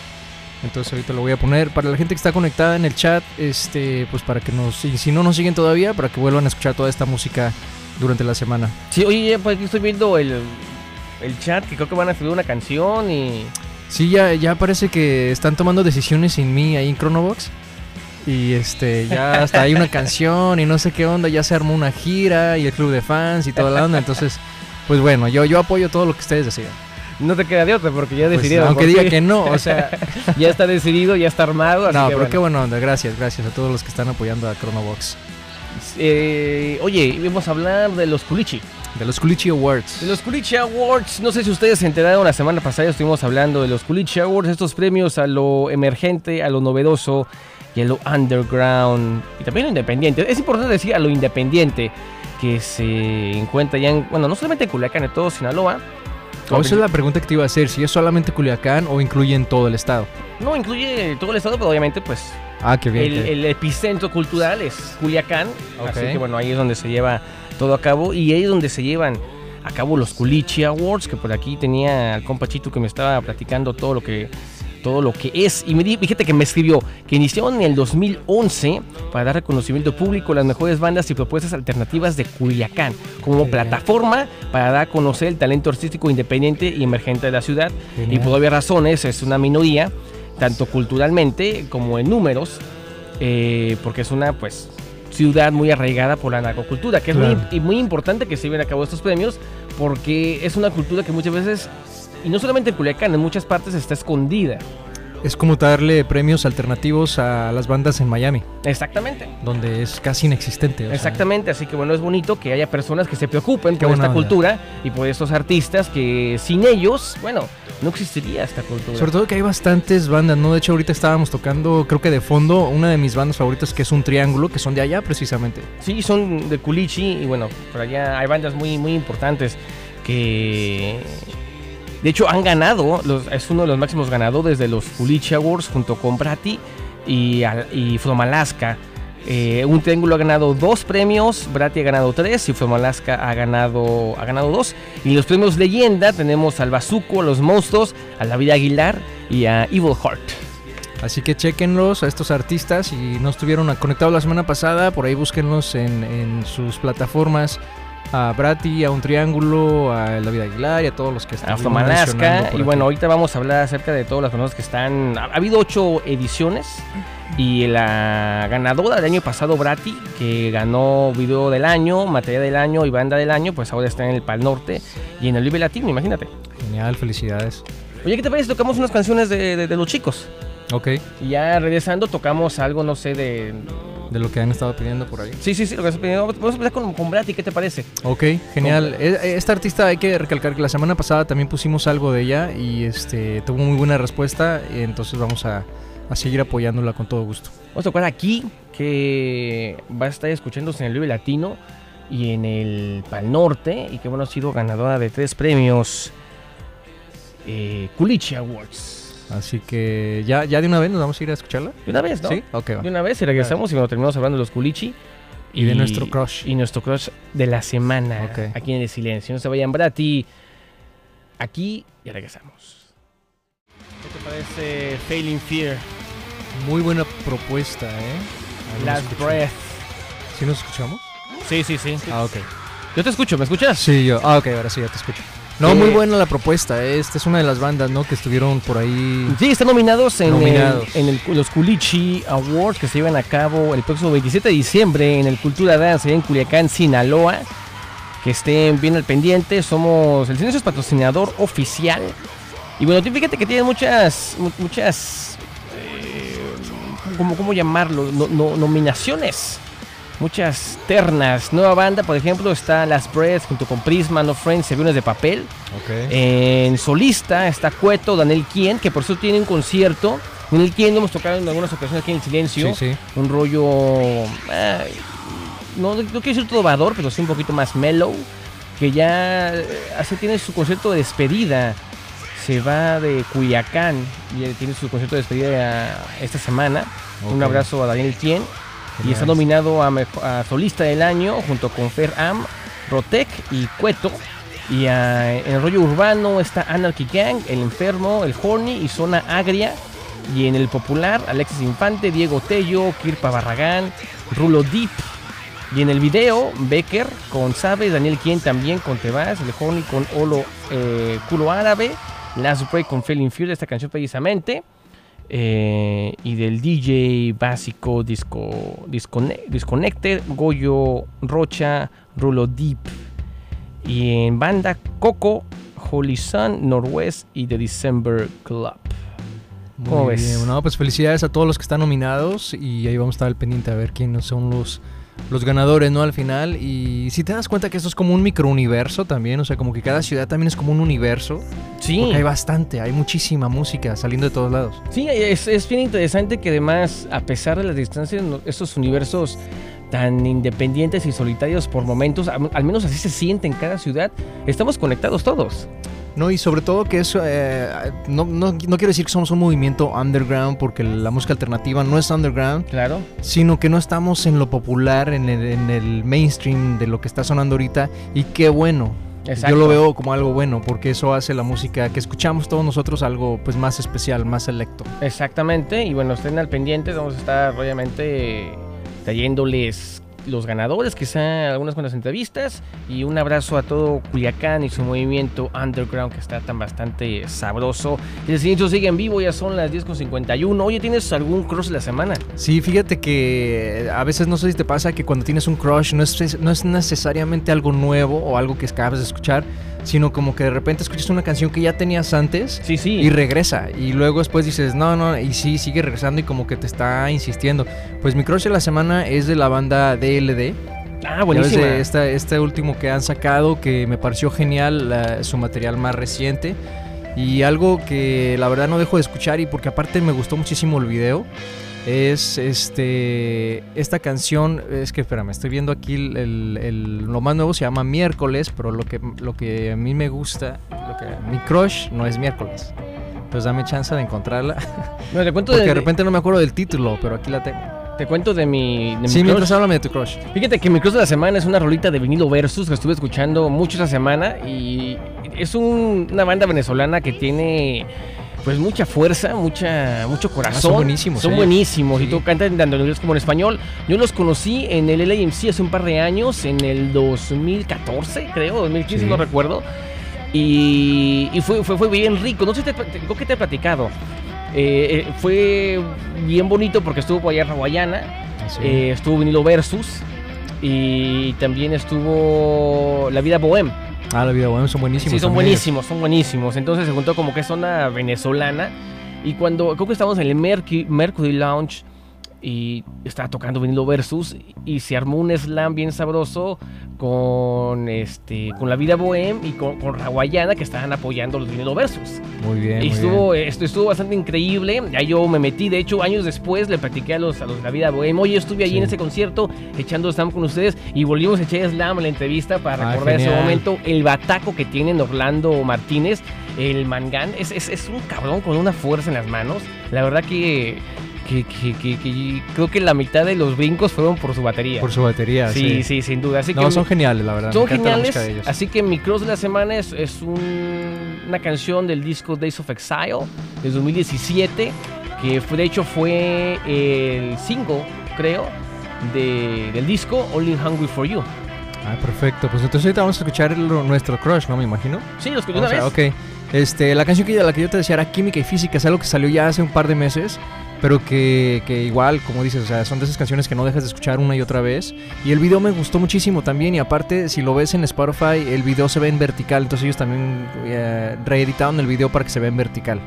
Entonces ahorita lo voy a poner. Para la gente que está conectada en el chat, este, pues para que nos. Y si no nos siguen todavía, para que vuelvan a escuchar toda esta música durante la semana.
Sí, oye, ya por aquí estoy viendo el, el chat que creo que van a subir una canción y.
Sí, ya, ya parece que están tomando decisiones sin mí ahí en Chronobox. Y este, ya hasta hay una canción y no sé qué onda, ya se armó una gira y el club de fans y toda la onda. Entonces, pues bueno, yo, yo apoyo todo lo que ustedes decidan.
No te queda de otra porque ya
Pues,
decidieron.
aunque
por
diga
ti.
que no, o sea,
Ya está decidido, ya está armado. Así
no,
que
pero
bueno.
qué buena onda. Gracias, gracias a todos los que están apoyando a Chronobox.
Eh, oye, vamos a hablar de los Culichi.
De los Culichi Awards.
De los Culichi Awards, no sé si ustedes se enteraron, la semana pasada estuvimos hablando de los Culichi Awards, estos premios a lo emergente, a lo novedoso y a lo underground y también a lo independiente. Es importante decir a lo independiente que se encuentra ya en, bueno, no solamente en Culiacán, en todo Sinaloa.
O esa es la pregunta que te iba a hacer, si es solamente Culiacán o incluyen todo el estado.
No, incluye todo el estado, pero obviamente pues
Ah, qué bien.
el,
qué-
el epicentro cultural es Culiacán,
Ok.
así que bueno, ahí es donde se lleva todo a cabo y ahí es donde se llevan a cabo los Culichi Awards, que por aquí tenía al compa Chito que me estaba platicando todo lo que todo lo que es y me di- fíjate que me escribió que iniciaron en el 2011 para dar reconocimiento público a las mejores bandas y propuestas alternativas de Culiacán como
Genial.
plataforma para dar a conocer el talento artístico independiente y emergente de la ciudad y
Genial.
por obvias razones es una minoría, tanto culturalmente como en números, eh, porque es una pues ciudad muy arraigada por la narcocultura, que es muy,
Claro.
y muy importante que se lleven a cabo estos premios, porque es una cultura que muchas veces, y no solamente en Culiacán, en muchas partes está escondida.
Es como darle premios alternativos a las bandas en Miami,
Exactamente,
donde es casi inexistente. o sea,
exactamente, así que bueno, es bonito que haya personas que se preocupen
Qué
por
buena
esta
onda.
cultura y por estos artistas que sin ellos, bueno, no existiría esta cultura.
Sobre todo que hay bastantes bandas, ¿no? De hecho, ahorita estábamos tocando, creo que de fondo, una de mis bandas favoritas que es un triángulo, que son de allá precisamente.
Sí, son de Culichi y bueno, por allá hay bandas muy, muy importantes que... De hecho, han ganado, los- es uno de los máximos ganadores de los Culichi Awards junto con Brati y, al- y From Alaska. Eh, un triángulo ha ganado dos premios, Brati ha ganado tres y From Alaska ha ganado, ha ganado dos. Y los premios leyenda tenemos al Bazuco, a los Monstruos, a David Aguilar y a Evil Heart.
Así que chequenlos a estos artistas. Si no estuvieron conectados la semana pasada, por ahí búsquenlos en, en sus plataformas. A Brati, a Un Triángulo, a La Vida Aguilar y a todos los que están.
a From Alaska. Y bueno, ahorita vamos a hablar acerca de todas las personas que están. Ha ha habido ocho ediciones. Y la ganadora del año pasado, Brati, que ganó video del año, materia del año y banda del año, pues ahora está en el Pal Norte y en el Vive Latino, imagínate.
Genial, felicidades.
Oye, ¿qué te parece? Tocamos unas canciones de, de- de los chicos.
Ok,
Y ya regresando, tocamos algo, no sé, de.
de lo que han estado pidiendo por ahí.
Sí, sí, sí, lo que has pedido. Vamos a empezar con, con Brati, ¿qué te parece?
Ok, genial. E- Esta artista hay que recalcar que la semana pasada también pusimos algo de ella y este tuvo muy buena respuesta. y entonces vamos a, a seguir apoyándola con todo gusto.
Vamos a tocar aquí, que va a estar escuchándose en el Vive Latino y en el Pal Norte, y que bueno, ha sido ganadora de tres premios eh, Culichi Awards.
Así que ya, ya de una vez nos vamos a ir a escucharla.
De una vez, ¿no?
Sí, ok, va.
De una vez y regresamos y cuando terminamos hablando de los Culichi.
Y de nuestro crush.
Y nuestro crush de la semana.
Ok.
Aquí en el silencio. No se vayan, Brati. aquí y regresamos. ¿Qué te parece Failing Fear?
Muy buena propuesta, ¿eh? A ver,
Last
escucha.
Breath.
¿Sí nos escuchamos?
Sí, sí, sí.
Ah, ok.
Yo te escucho, ¿me escuchas?
Sí, yo. Ah, ok, ahora sí, ya te escucho. No,
Eh,
muy buena la propuesta. ¿eh? Esta es una de las bandas, ¿no? Que estuvieron por ahí.
Sí, están nominados en, el-
Nominados.
en el- los Culichi Awards que se llevan a cabo el próximo 27 de diciembre en el Cultura Dance allá en Culiacán, Sinaloa. Que estén bien al pendiente. Somos el Silencio es patrocinador oficial. Y bueno, fíjate que tienen muchas, mu- muchas, eh, ¿cómo, cómo llamarlo? No- no- nominaciones. Muchas ternas. Nueva banda, por ejemplo, está Las Breath junto con Prisma, No Friends, Aviones de Papel.
Ok.
Eh, En solista está Cueto, Daniel Quien, que por eso tiene un concierto. Daniel Quien lo hemos tocado en algunas ocasiones aquí en el silencio.
sí, sí.
Un rollo. ay, no, no quiero decir trovador, pero sí un poquito más mellow. Que ya eh, así tiene su concierto de despedida. Se va de Culiacán y él tiene su concierto de despedida eh, esta semana. Un
Ok.
abrazo a Daniel Quien. Y está
Genial.
nominado a, mejo- a Solista del Año junto con Fer Am, Rotec y Cueto. Y ah, en el rollo urbano está Anarchy Gang, El Enfermo, El Horny y Zona Agria. Y en el popular, Alexis Infante, Diego Tello, Kirpa Barragán, Rulo Deep. Y en el video, Becker con Sabe, Daniel Quien también con Tebas, El Horny con Olo eh, Culo Árabe, Last Break con Feeling Fury, esta canción precisamente. Eh, y del DJ básico disco, discone- Disconnected, Goyo Rocha, Rulo Deep. Y en banda Coco, Holy Sun, Norwest y The December Club.
Muy
¿Cómo ves?
bien. No, pues felicidades a todos los que están nominados y ahí vamos a estar al pendiente a ver quiénes son los, los ganadores, ¿no? Al final. Y si te das cuenta que esto es como un microuniverso también, o sea, como que cada ciudad también es como un universo.
Sí,
Porque hay bastante, hay muchísima música saliendo de todos lados.
sí es, es bien interesante que además, a pesar de las distancias, no- estos universos tan independientes y solitarios por momentos, al al menos así se siente en cada ciudad, estamos conectados todos.
No, y sobre todo que eso, eh, no, no, no quiero decir que somos un movimiento underground, porque la música alternativa no es underground,
Claro.
sino que no estamos en lo popular, en el, en el mainstream de lo que está sonando ahorita, y qué bueno. Yo lo veo como algo bueno, porque eso hace la música que escuchamos todos nosotros algo pues más especial, más selecto.
Exactamente, y bueno, estén al pendiente, vamos a estar obviamente trayéndoles los ganadores, quizá algunas buenas entrevistas, y un abrazo a todo Culiacán y su movimiento underground que está tan bastante sabroso. Y el siguiente sigue en vivo, ya son las 10.51. Oye, ¿tienes algún cross de la semana?
Sí, fíjate que eh, a veces no sé si te pasa que cuando tienes un crush no es, no es necesariamente algo nuevo o algo que acabas de escuchar, sino como que de repente escuchas una canción que ya tenías antes
Sí, sí.
y regresa. Y luego después dices, no, no, y sí, sigue regresando y como que te está insistiendo. Pues mi crush de la semana es de la banda DLD.
ah,
Ya ves,
buenísima.
eh, esta- este último que han sacado, que me pareció genial, la- su material más reciente. Y algo que la verdad no dejo de escuchar y porque aparte me gustó muchísimo el video, es este esta canción, es que espérame, estoy viendo aquí el, el- el- lo más nuevo, se llama Miércoles, pero lo que, lo que a mí me gusta, lo que, mi crush no es Miércoles. Entonces dame chance de encontrarla,
Bueno, te cuento
porque
de,
de repente no me acuerdo del título, pero aquí la tengo.
te cuento de mi, de mi
Sí,
cross.
mientras háblame de tu crush.
Fíjate que mi cruz de la semana es una rolita de vinilo versus que estuve escuchando mucho esta semana y es un- una banda venezolana que tiene pues mucha fuerza, mucha mucho corazón.
Ah, buenísimos
Son
ellos.
buenísimos y
Sí.
tú cantan tanto en inglés como en español. Yo los conocí en el LAMC hace un par de años, en el 2014 creo, 2015
Sí.
no recuerdo. Y, y fue, fue, fue bien rico. No sé, si te, te- creo que te he platicado. Eh, eh, fue bien bonito porque estuvo por allá en Raguayana. Eh, estuvo vinilo Versus y también estuvo La Vida Bohem.
ah, la vida, bueno, son buenísimos.
Sí, son
también ellos.
buenísimos, son buenísimos. Entonces se juntó como que es zona venezolana. Y cuando, creo que estábamos en el Mercu- Mercury Lounge y estaba tocando vinilo Versus y se armó un slam bien sabroso con este con La Vida Bohem y con, con Rawayana que estaban apoyando los vinilo Versus.
Muy bien.
Y
muy
estuvo, esto estuvo bastante increíble. Ya yo me metí, de hecho, años después le practiqué a los, a los de la vida bohem. Oye, estuve allí
Sí.
en ese concierto echando slam con ustedes y volvimos a echar slam en la entrevista para
Ah,
recordar ese
genial.
momento. El bataco que tienen Orlando Martínez, el mangán, es, es, es un cabrón con una fuerza en las manos. La verdad que que, que- que- que creo que la mitad de los brincos fueron por su batería.
Por su batería,
sí,
sí.
sí, sin duda. Así
No,
que
son geniales, la verdad. me
son
encanta la
geniales.
música de ellos.
Así que mi cross de la semana es, es un- una canción del disco Days of Exile del 2017, que fue- de hecho fue el 5, creo, de- del disco Only Hungry for You.
Ah, perfecto. Pues entonces ahorita vamos a escuchar lo- nuestro crush, ¿no? Me imagino.
Sí, los que Pues de una
Vamos
vez.
a- Oh, ok. Este, la canción que yo, la que yo te decía era Química y Física, es algo que salió ya hace un par de meses, pero que, que igual, como dices, o sea, son de esas canciones que no dejas de escuchar una y otra vez. Y el video me gustó muchísimo también, y aparte, si lo ves en Spotify, el video se ve en vertical, entonces ellos también eh, reeditaron el video para que se vea en vertical.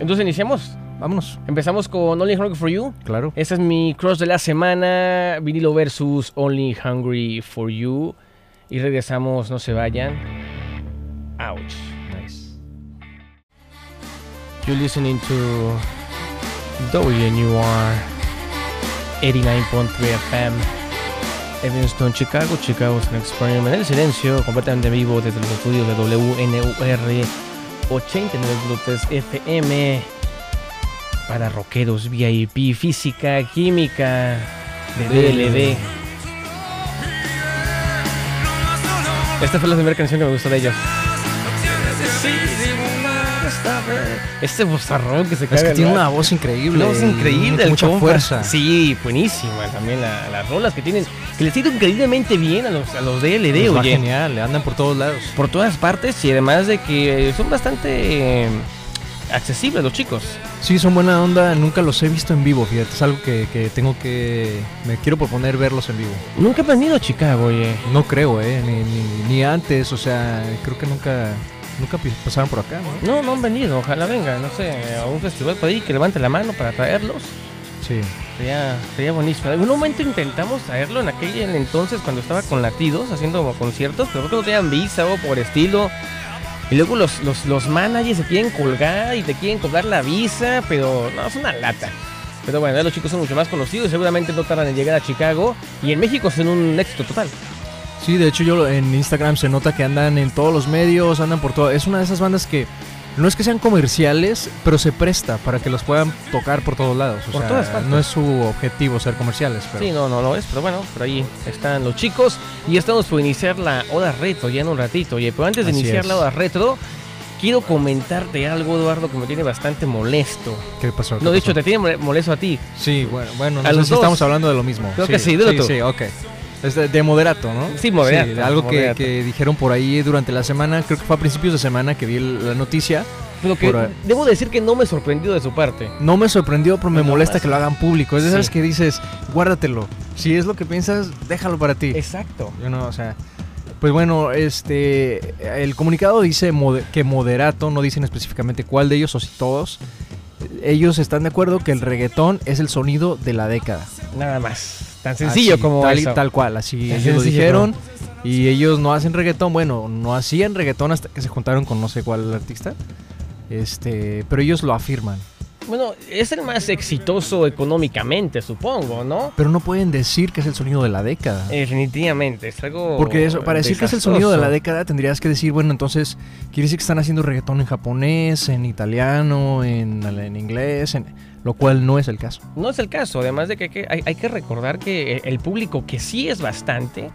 Entonces iniciamos.
Vámonos.
Empezamos con Only Hungry for You.
Claro.
Ese es mi cross de la semana, vinilo versus Only Hungry for You. Y regresamos, no se vayan. Ouch.
Nice.
You're listening to WNUR 89.3 FM. Evanston, Chicago, Chicago's an experiment. En el silencio, completamente en vivo desde los estudios de WNUR 89.3 FM. Para rockeros VIP, física, química, de DLD. Esta fue la primera canción que me gustó de ellos. Este bozarrón que se cae.
Es que tiene una voz increíble.
No, es increíble,
y
el
mucha
compa.
fuerza.
Sí, buenísima también la- las rolas que tienen. Que les siento increíblemente bien a los, a los DLD,
Les va
oye.
genial, le andan por todos lados.
Por todas partes y además de que eh, son bastante eh, accesibles los chicos.
Sí, son buena onda, nunca los he visto en vivo, fíjate, es algo que, que tengo que... Me quiero proponer verlos en vivo.
Nunca he venido a Chicago, oye.
No creo, ¿eh? Ni, ni- ni antes, o sea, creo que nunca, nunca pi- pasaron por acá, ¿no?
No, no han venido. Ojalá venga, no sé, a un festival por ahí que levante la mano para traerlos.
Sí.
Sería, sería buenísimo. En algún momento intentamos traerlo en aquel en el entonces cuando estaba con latidos haciendo como conciertos, pero creo que no tenían visa o por estilo. Y luego los, los, los managers se quieren colgar y te quieren cobrar la visa, pero no, es una lata. Pero bueno, ya los chicos son mucho más conocidos y seguramente no tardan en llegar a Chicago. Y en México son un éxito total.
Sí, de hecho yo lo- en Instagram se nota que andan en todos los medios, andan por todo. Es una de esas bandas que no es que sean comerciales, pero se presta para que los puedan tocar por todos lados. O
Por
sea,
todas partes.
No es su objetivo ser comerciales, pero...
Sí, no, no lo es, pero bueno, por ahí están los chicos. Y ya estamos por iniciar la hora retro, ya en un ratito. Oye, pero antes de
Así
iniciar
es.
la hora retro, quiero comentarte algo, Eduardo, que me tiene bastante molesto.
¿Qué pasó? ¿Qué
No, de
pasó?
hecho, te tiene mole- molesto a ti.
Sí, bueno, bueno, no
A
sé
los
si
dos.
estamos hablando de lo mismo.
Creo que sí, dilo
sí,
tú.
Sí, ok. Es de, de moderato, ¿no?
Sí, moderato,
de algo que-
moderato.
Que, dijeron por ahí durante la semana, creo que fue a principios de semana que vi el- la noticia.
Pero que
Por ahí.
debo decir que no me sorprendió de su parte.
No me sorprendió, pero me
No
molesta
más.
que lo hagan público. Es de esas
Sí.
que dices, guárdatelo. Si es lo que piensas, déjalo para ti.
Exacto.
Yo no, o sea. Pues bueno, este, el comunicado dice mode- que moderato, no dicen específicamente cuál de ellos o si todos. Ellos están de acuerdo que el reggaetón es el sonido de la década.
Nada más. Tan sencillo
Así,
como
tal, y
eso.
tal cual, así
Tan
ellos lo
sencillo,
dijeron. Y ellos no hacen reggaetón, bueno, no hacían reggaetón hasta que se juntaron con no sé cuál artista. Este, pero ellos lo afirman.
Bueno, es el más exitoso económicamente, supongo, ¿no?
Pero no pueden decir que es el sonido de la década.
Eh, Definitivamente, es algo.
Porque eso, para decir que es el sonido de la
desastroso.
década tendrías que decir, bueno, entonces quiere decir que están haciendo reggaetón en japonés, en italiano, en, en inglés, en- lo cual no es el caso.
No es el caso, además de que hay, que hay- hay que recordar que el público que sí es bastante,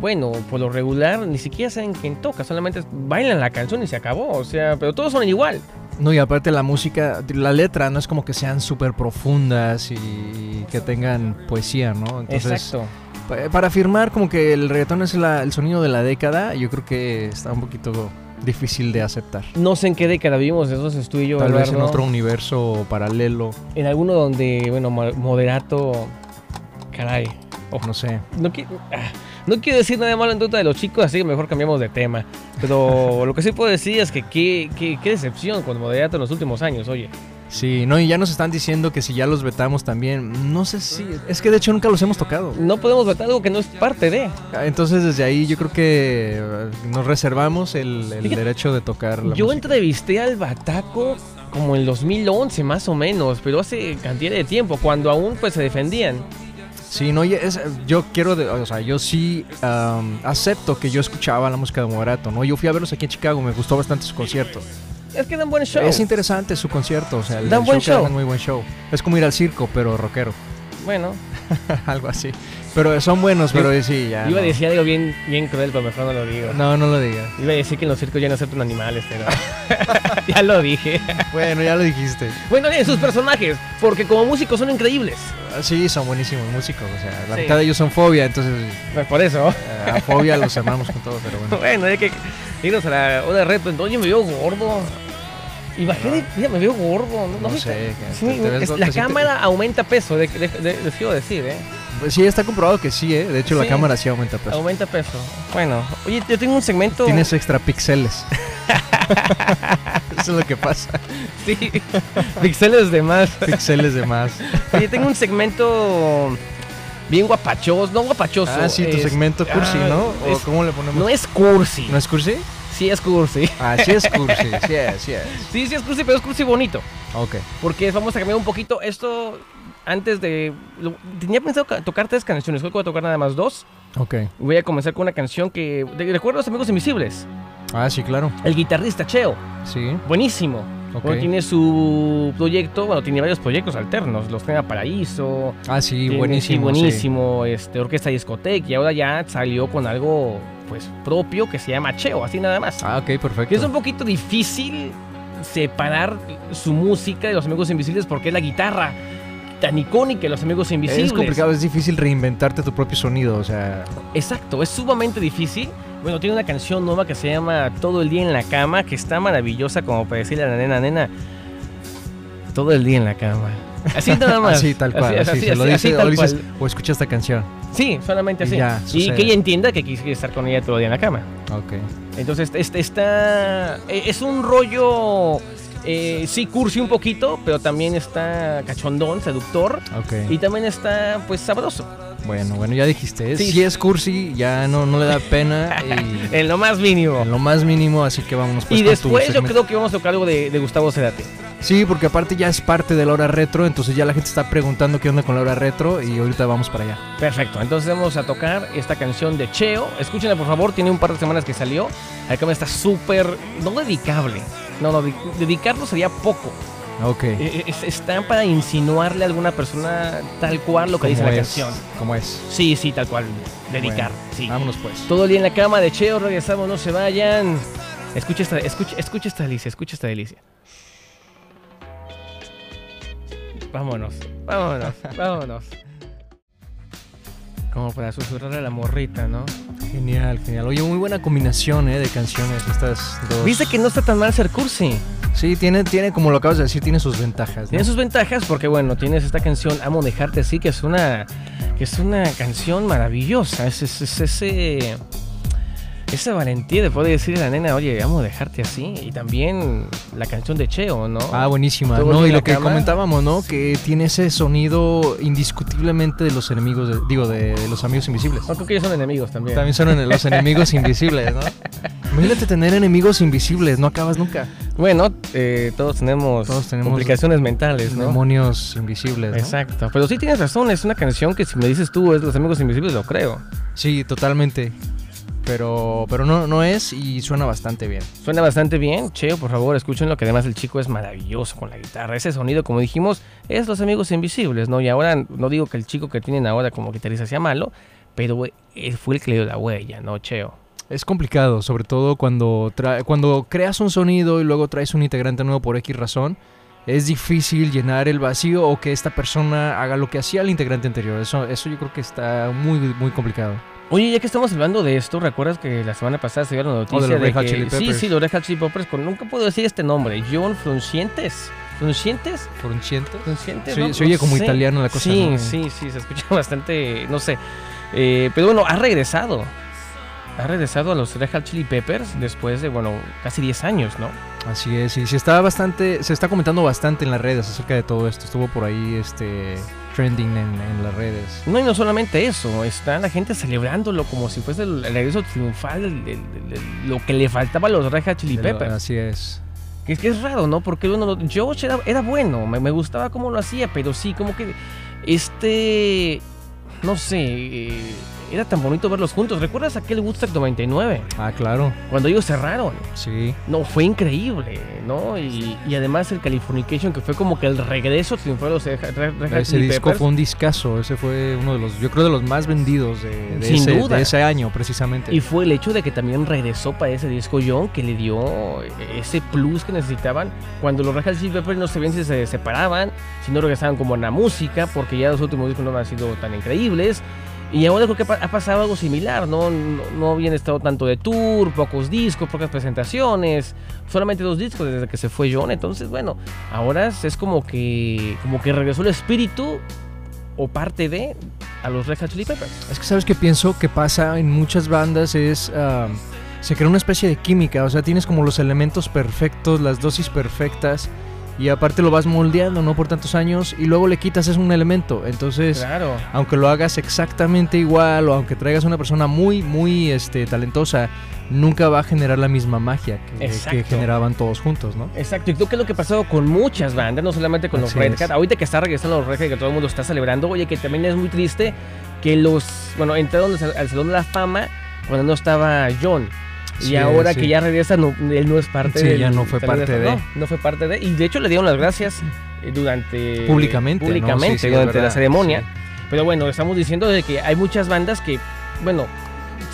bueno, por lo regular ni siquiera saben quién toca, solamente bailan la canción y se acabó, o sea, pero todos son igual.
No, y aparte la música, la letra no es como que sean súper profundas y que tengan poesía, ¿no?
Exacto.
Pa- Para afirmar como que el reggaetón es la- el sonido de la década, yo creo que está un poquito difícil de aceptar.
No sé en qué década vivimos, entonces tú y yo,
Tal vez en
Eduardo,
otro universo paralelo,
en alguno donde, bueno, mo- moderato, caray.
no sé.
No, qui- ah, no quiero decir nada malo en contra de los chicos, así que mejor cambiamos de tema. Pero lo que sí puedo decir es que qué, qué, qué decepción con moderato en los últimos años, oye.
Sí, no, y ya nos están diciendo que si ya los vetamos también, no sé si... Es que de hecho nunca los hemos tocado.
No podemos votar algo que no es parte de.
Entonces desde ahí yo creo que eh, nos reservamos el, el
Fíjate,
derecho de tocar la
Yo
música.
entrevisté al Bataco como en 2011 más o menos, pero hace cantidad de tiempo, cuando aún pues se defendían.
Sí, no, y es- yo quiero, de- o sea, yo sí am, acepto que yo escuchaba la música de Moderato, ¿no? Yo fui a verlos aquí en Chicago, me gustó bastante su concierto.
es que dan buen show.
Es interesante su concierto, o sea, el,
Dan
el
buen
show que dan
show.
es muy buen show. Es como ir al circo, pero rockero,
Bueno,
algo así. Pero son buenos, pero sí, ya.
iba a
no.
decir algo bien, bien cruel, pero mejor no lo digo.
No, no lo digas.
Iba a decir que en los circos ya no aceptan animales, pero ya lo dije.
Bueno, ya lo dijiste.
Bueno, leen sus personajes, porque como músicos son increíbles.
Sí, son buenísimos músicos, o sea, la
Sí.
mitad de ellos son fobia, entonces
Pues por eso.
eh, a fobia los amamos con todo, pero bueno.
Bueno, hay que irnos a la hora de reto. Entonces, yo me veo gordo. Y bajé de mira, me veo gordo. No,
No
me-
sé, que
sí,
te- te ves
es-
gordo,
la
sí te-
cámara aumenta peso, de, de- de- les quiero decir, ¿eh?
Pues Sí, está comprobado que sí, ¿eh? De hecho, la
Sí.
cámara sí aumenta peso.
Aumenta peso. Bueno, oye, yo tengo un segmento.
Tienes extra píxeles. Eso es lo que pasa.
Sí, pixeles de más.
Píxeles de más.
Oye, tengo un segmento bien guapachoso. No guapachoso.
Ah, sí, tu
Pues, es-
segmento cursi,
ah,
¿no? ¿O
es-
cómo le ponemos?
No es cursi.
¿No es cursi?
Sí es cursi.
Ah, sí es cursi, sí es, sí es.
Sí, sí es cursi, pero es cursi bonito.
Ok.
Porque vamos a cambiar un poquito esto antes de... lo- tenía pensado ca- tocar tres canciones, creo que voy a tocar nada más dos.
Ok.
Voy a comenzar con una canción que... de- recuerdo los Amigos Invisibles,
Ah, sí, claro.
el guitarrista Cheo,
Sí,
buenísimo.
ok.
Bueno, tiene su proyecto, bueno, tiene varios proyectos alternos, los tema Paraíso,
Ah, sí,
tiene- sí,
buenísimo. sí.
buenísimo, este, Orquesta Discoteca, y ahora ya salió con algo pues propio que se llama Cheo, así nada más.
Ah, ok,
Que es un
perfecto.
poquito difícil separar su música de los amigos invisibles porque es la guitarra tan icónica de los amigos invisibles.
Es complicado, es difícil reinventarte tu propio sonido, o sea...
Exacto, es sumamente difícil. Bueno, tiene una canción nueva que se llama Todo el día en la cama, que está maravillosa como para decirle a la nena, nena, todo el día en la cama. Así nada más.
Así, tal cual, así, se lo
así,
dice,
tal
o dices,
cual.
o escucha esta canción.
Sí, solamente
y
así.
ya,
y
sucede.
que ella entienda que quisiera estar con ella todo el día en la cama.
Ok.
Entonces este está e- es un rollo eh, sí cursi un poquito, pero también está cachondón, seductor
Ok,
y también está pues sabroso
bueno, bueno, ya dijiste,
Sí.
si es cursi, ya no, no le da pena y
en lo más mínimo.
en lo más mínimo, así que vámonos pues
y
con tu
después yo
segmento.
creo que vamos a tocar algo de, de Gustavo Cerati.
Sí, porque aparte ya es parte de la hora retro, entonces ya la gente está preguntando qué onda con la hora retro y ahorita vamos para allá.
Perfecto, entonces vamos a tocar esta canción de Cheo. Escúchenla por favor, tiene un par de semanas que salió. Acá me está súper no dedicable. No, no, de- dedicarlo sería poco.
Ok.
Eh, eh, es- Está para insinuarle a alguna persona tal cual lo que dice la
¿Cómo es?
canción.
¿Cómo es?
Sí, sí, tal cual. Dedicar,
Bueno,
sí.
Vámonos pues.
Todo el día en la cama de Cheo, regresamos, no se vayan. Escucha esta, escucha, escucha esta delicia, escucha esta delicia. Vámonos, vámonos, vámonos. Como para susurrar a la morrita, ¿no?
Genial, genial. Oye, muy buena combinación ¿eh? de canciones estas dos.
Viste que no está tan mal ser cursi.
Sí, tiene, tiene, como lo acabas de decir, tiene sus ventajas. ¿no?
Tiene sus ventajas porque, bueno, tienes esta canción Amo Dejarte Así, que es una, que es una canción maravillosa. Es, es- es ese, esa valentía de poder decirle a la nena, oye, amo dejarte así. Y también la canción de Cheo, ¿no?
Ah, buenísima.
Todo
No,
en
y
la
lo que
cama.
comentábamos, ¿no? Que tiene ese sonido indiscutiblemente de los enemigos, de- digo, de, los amigos invisibles.
No, creo que ellos son enemigos también.
También son en- los enemigos invisibles, ¿no? Imagínate tener enemigos invisibles, no acabas nunca.
Bueno, eh, todos, tenemos
Todos tenemos
complicaciones mentales, ¿no?
pues, Demonios invisibles, ¿no?
Exacto. Pero sí tienes razón, es una canción que si me dices tú es de los amigos invisibles, lo creo.
Sí, totalmente. Pero, pero no, no es y suena bastante bien.
Suena bastante bien, Cheo, por favor, escúchenlo, que además el chico es maravilloso con la guitarra. Ese sonido, como dijimos, es los amigos invisibles, ¿no? Y ahora, no digo que el chico que tienen ahora como guitarrista sea malo, pero él fue el que le dio la huella, ¿no, Cheo?
Es complicado, sobre todo cuando, tra- cuando creas un sonido y luego traes un integrante nuevo por X razón. Es difícil llenar el vacío o que esta persona haga lo que hacía el integrante anterior. Eso, eso yo creo que está muy, muy complicado.
Oye, ya que estamos hablando de esto, ¿recuerdas que la semana pasada se dio la noticia
Oh, de los Red Hot
que-
Chili
Sí,
Peppers.
sí, los Red Hot Chili Peppers, con, nunca puedo decir este nombre, John Fruncientes. ¿Fruncientes?
¿Por un ciento?
consciente,
Se-
¿no?
se oye
No
como
sé.
italiano la cosa,
Sí,
¿no?
sí, sí, se escucha bastante, no sé. Eh, pero bueno, ha regresado. Ha regresado a los Red Hot Chili Peppers después de, bueno, casi 10 años, ¿no?
Así es, y se está bastante, se está comentando bastante en las redes acerca de todo esto. Estuvo por ahí este trending en, en las redes.
No, y no solamente eso, está la gente celebrándolo como si fuese el el regreso triunfal, el- el- el- el- lo que le faltaba a los Red Hot Chili
De lo-
Peppers.
Así es.
Que es que es raro, ¿no? Porque bueno, lo- George era, era bueno, me, me gustaba cómo lo hacía, pero sí, como que este, no sé, eh, Era tan bonito verlos juntos. ¿Recuerdas aquel Woodstock 99?
Ah, claro.
Cuando ellos cerraron.
Sí.
No, fue increíble, ¿no? Y, y además el Californication, que fue como que el regreso triunfó de los Red Red Hot
Ese
Chili
disco
Peppers.
fue un discazo. Ese fue uno de los, yo creo, de los más vendidos de, de
Sin
ese,
duda.
de ese año, precisamente.
Y fue el hecho de que también regresó para ese disco John, que le dio ese plus que necesitaban. Cuando los Red Hot Chili Peppers no se bien si se separaban, si no regresaban como en la música, porque ya los últimos discos no han sido tan increíbles. Y ahora creo que pa- ha pasado algo similar, ¿no? No, no habían estado tanto de tour, pocos discos, pocas presentaciones, solamente dos discos desde que se fue John. Entonces, bueno, ahora es como que, como que regresó el espíritu o parte de a los Red Hot Chili Peppers.
Es que sabes que pienso que pasa en muchas bandas es ah, se crea una especie de química, o sea, tienes como los elementos perfectos, las dosis perfectas y aparte lo vas moldeando, ¿no? Por tantos años y luego le quitas es un elemento, entonces
Claro.
aunque lo hagas exactamente igual o aunque traigas una persona muy muy este talentosa, nunca va a generar la misma magia que,
Exacto.
que generaban todos juntos, ¿no?
Exacto, y creo que es lo que ha pasado con muchas bandas, no solamente con
Así
los Red
es.
Hat. Ahorita que está regresando los Red Hat, que todo el mundo está celebrando, oye, que también es muy triste que los, bueno, entraron al al Salón de la Fama cuando no estaba John. Y
Sí,
ahora
sí.
que ya regresa, no- él no es parte
Sí,
de.
ya no fue parte de.
No, no fue parte de. Y de hecho le dieron las gracias eh, durante.
Públicamente, ¿no?
Públicamente,
Sí, sí, es
durante la
verdad,
ceremonia.
sí.
Pero bueno, estamos diciendo de que hay muchas bandas que, bueno,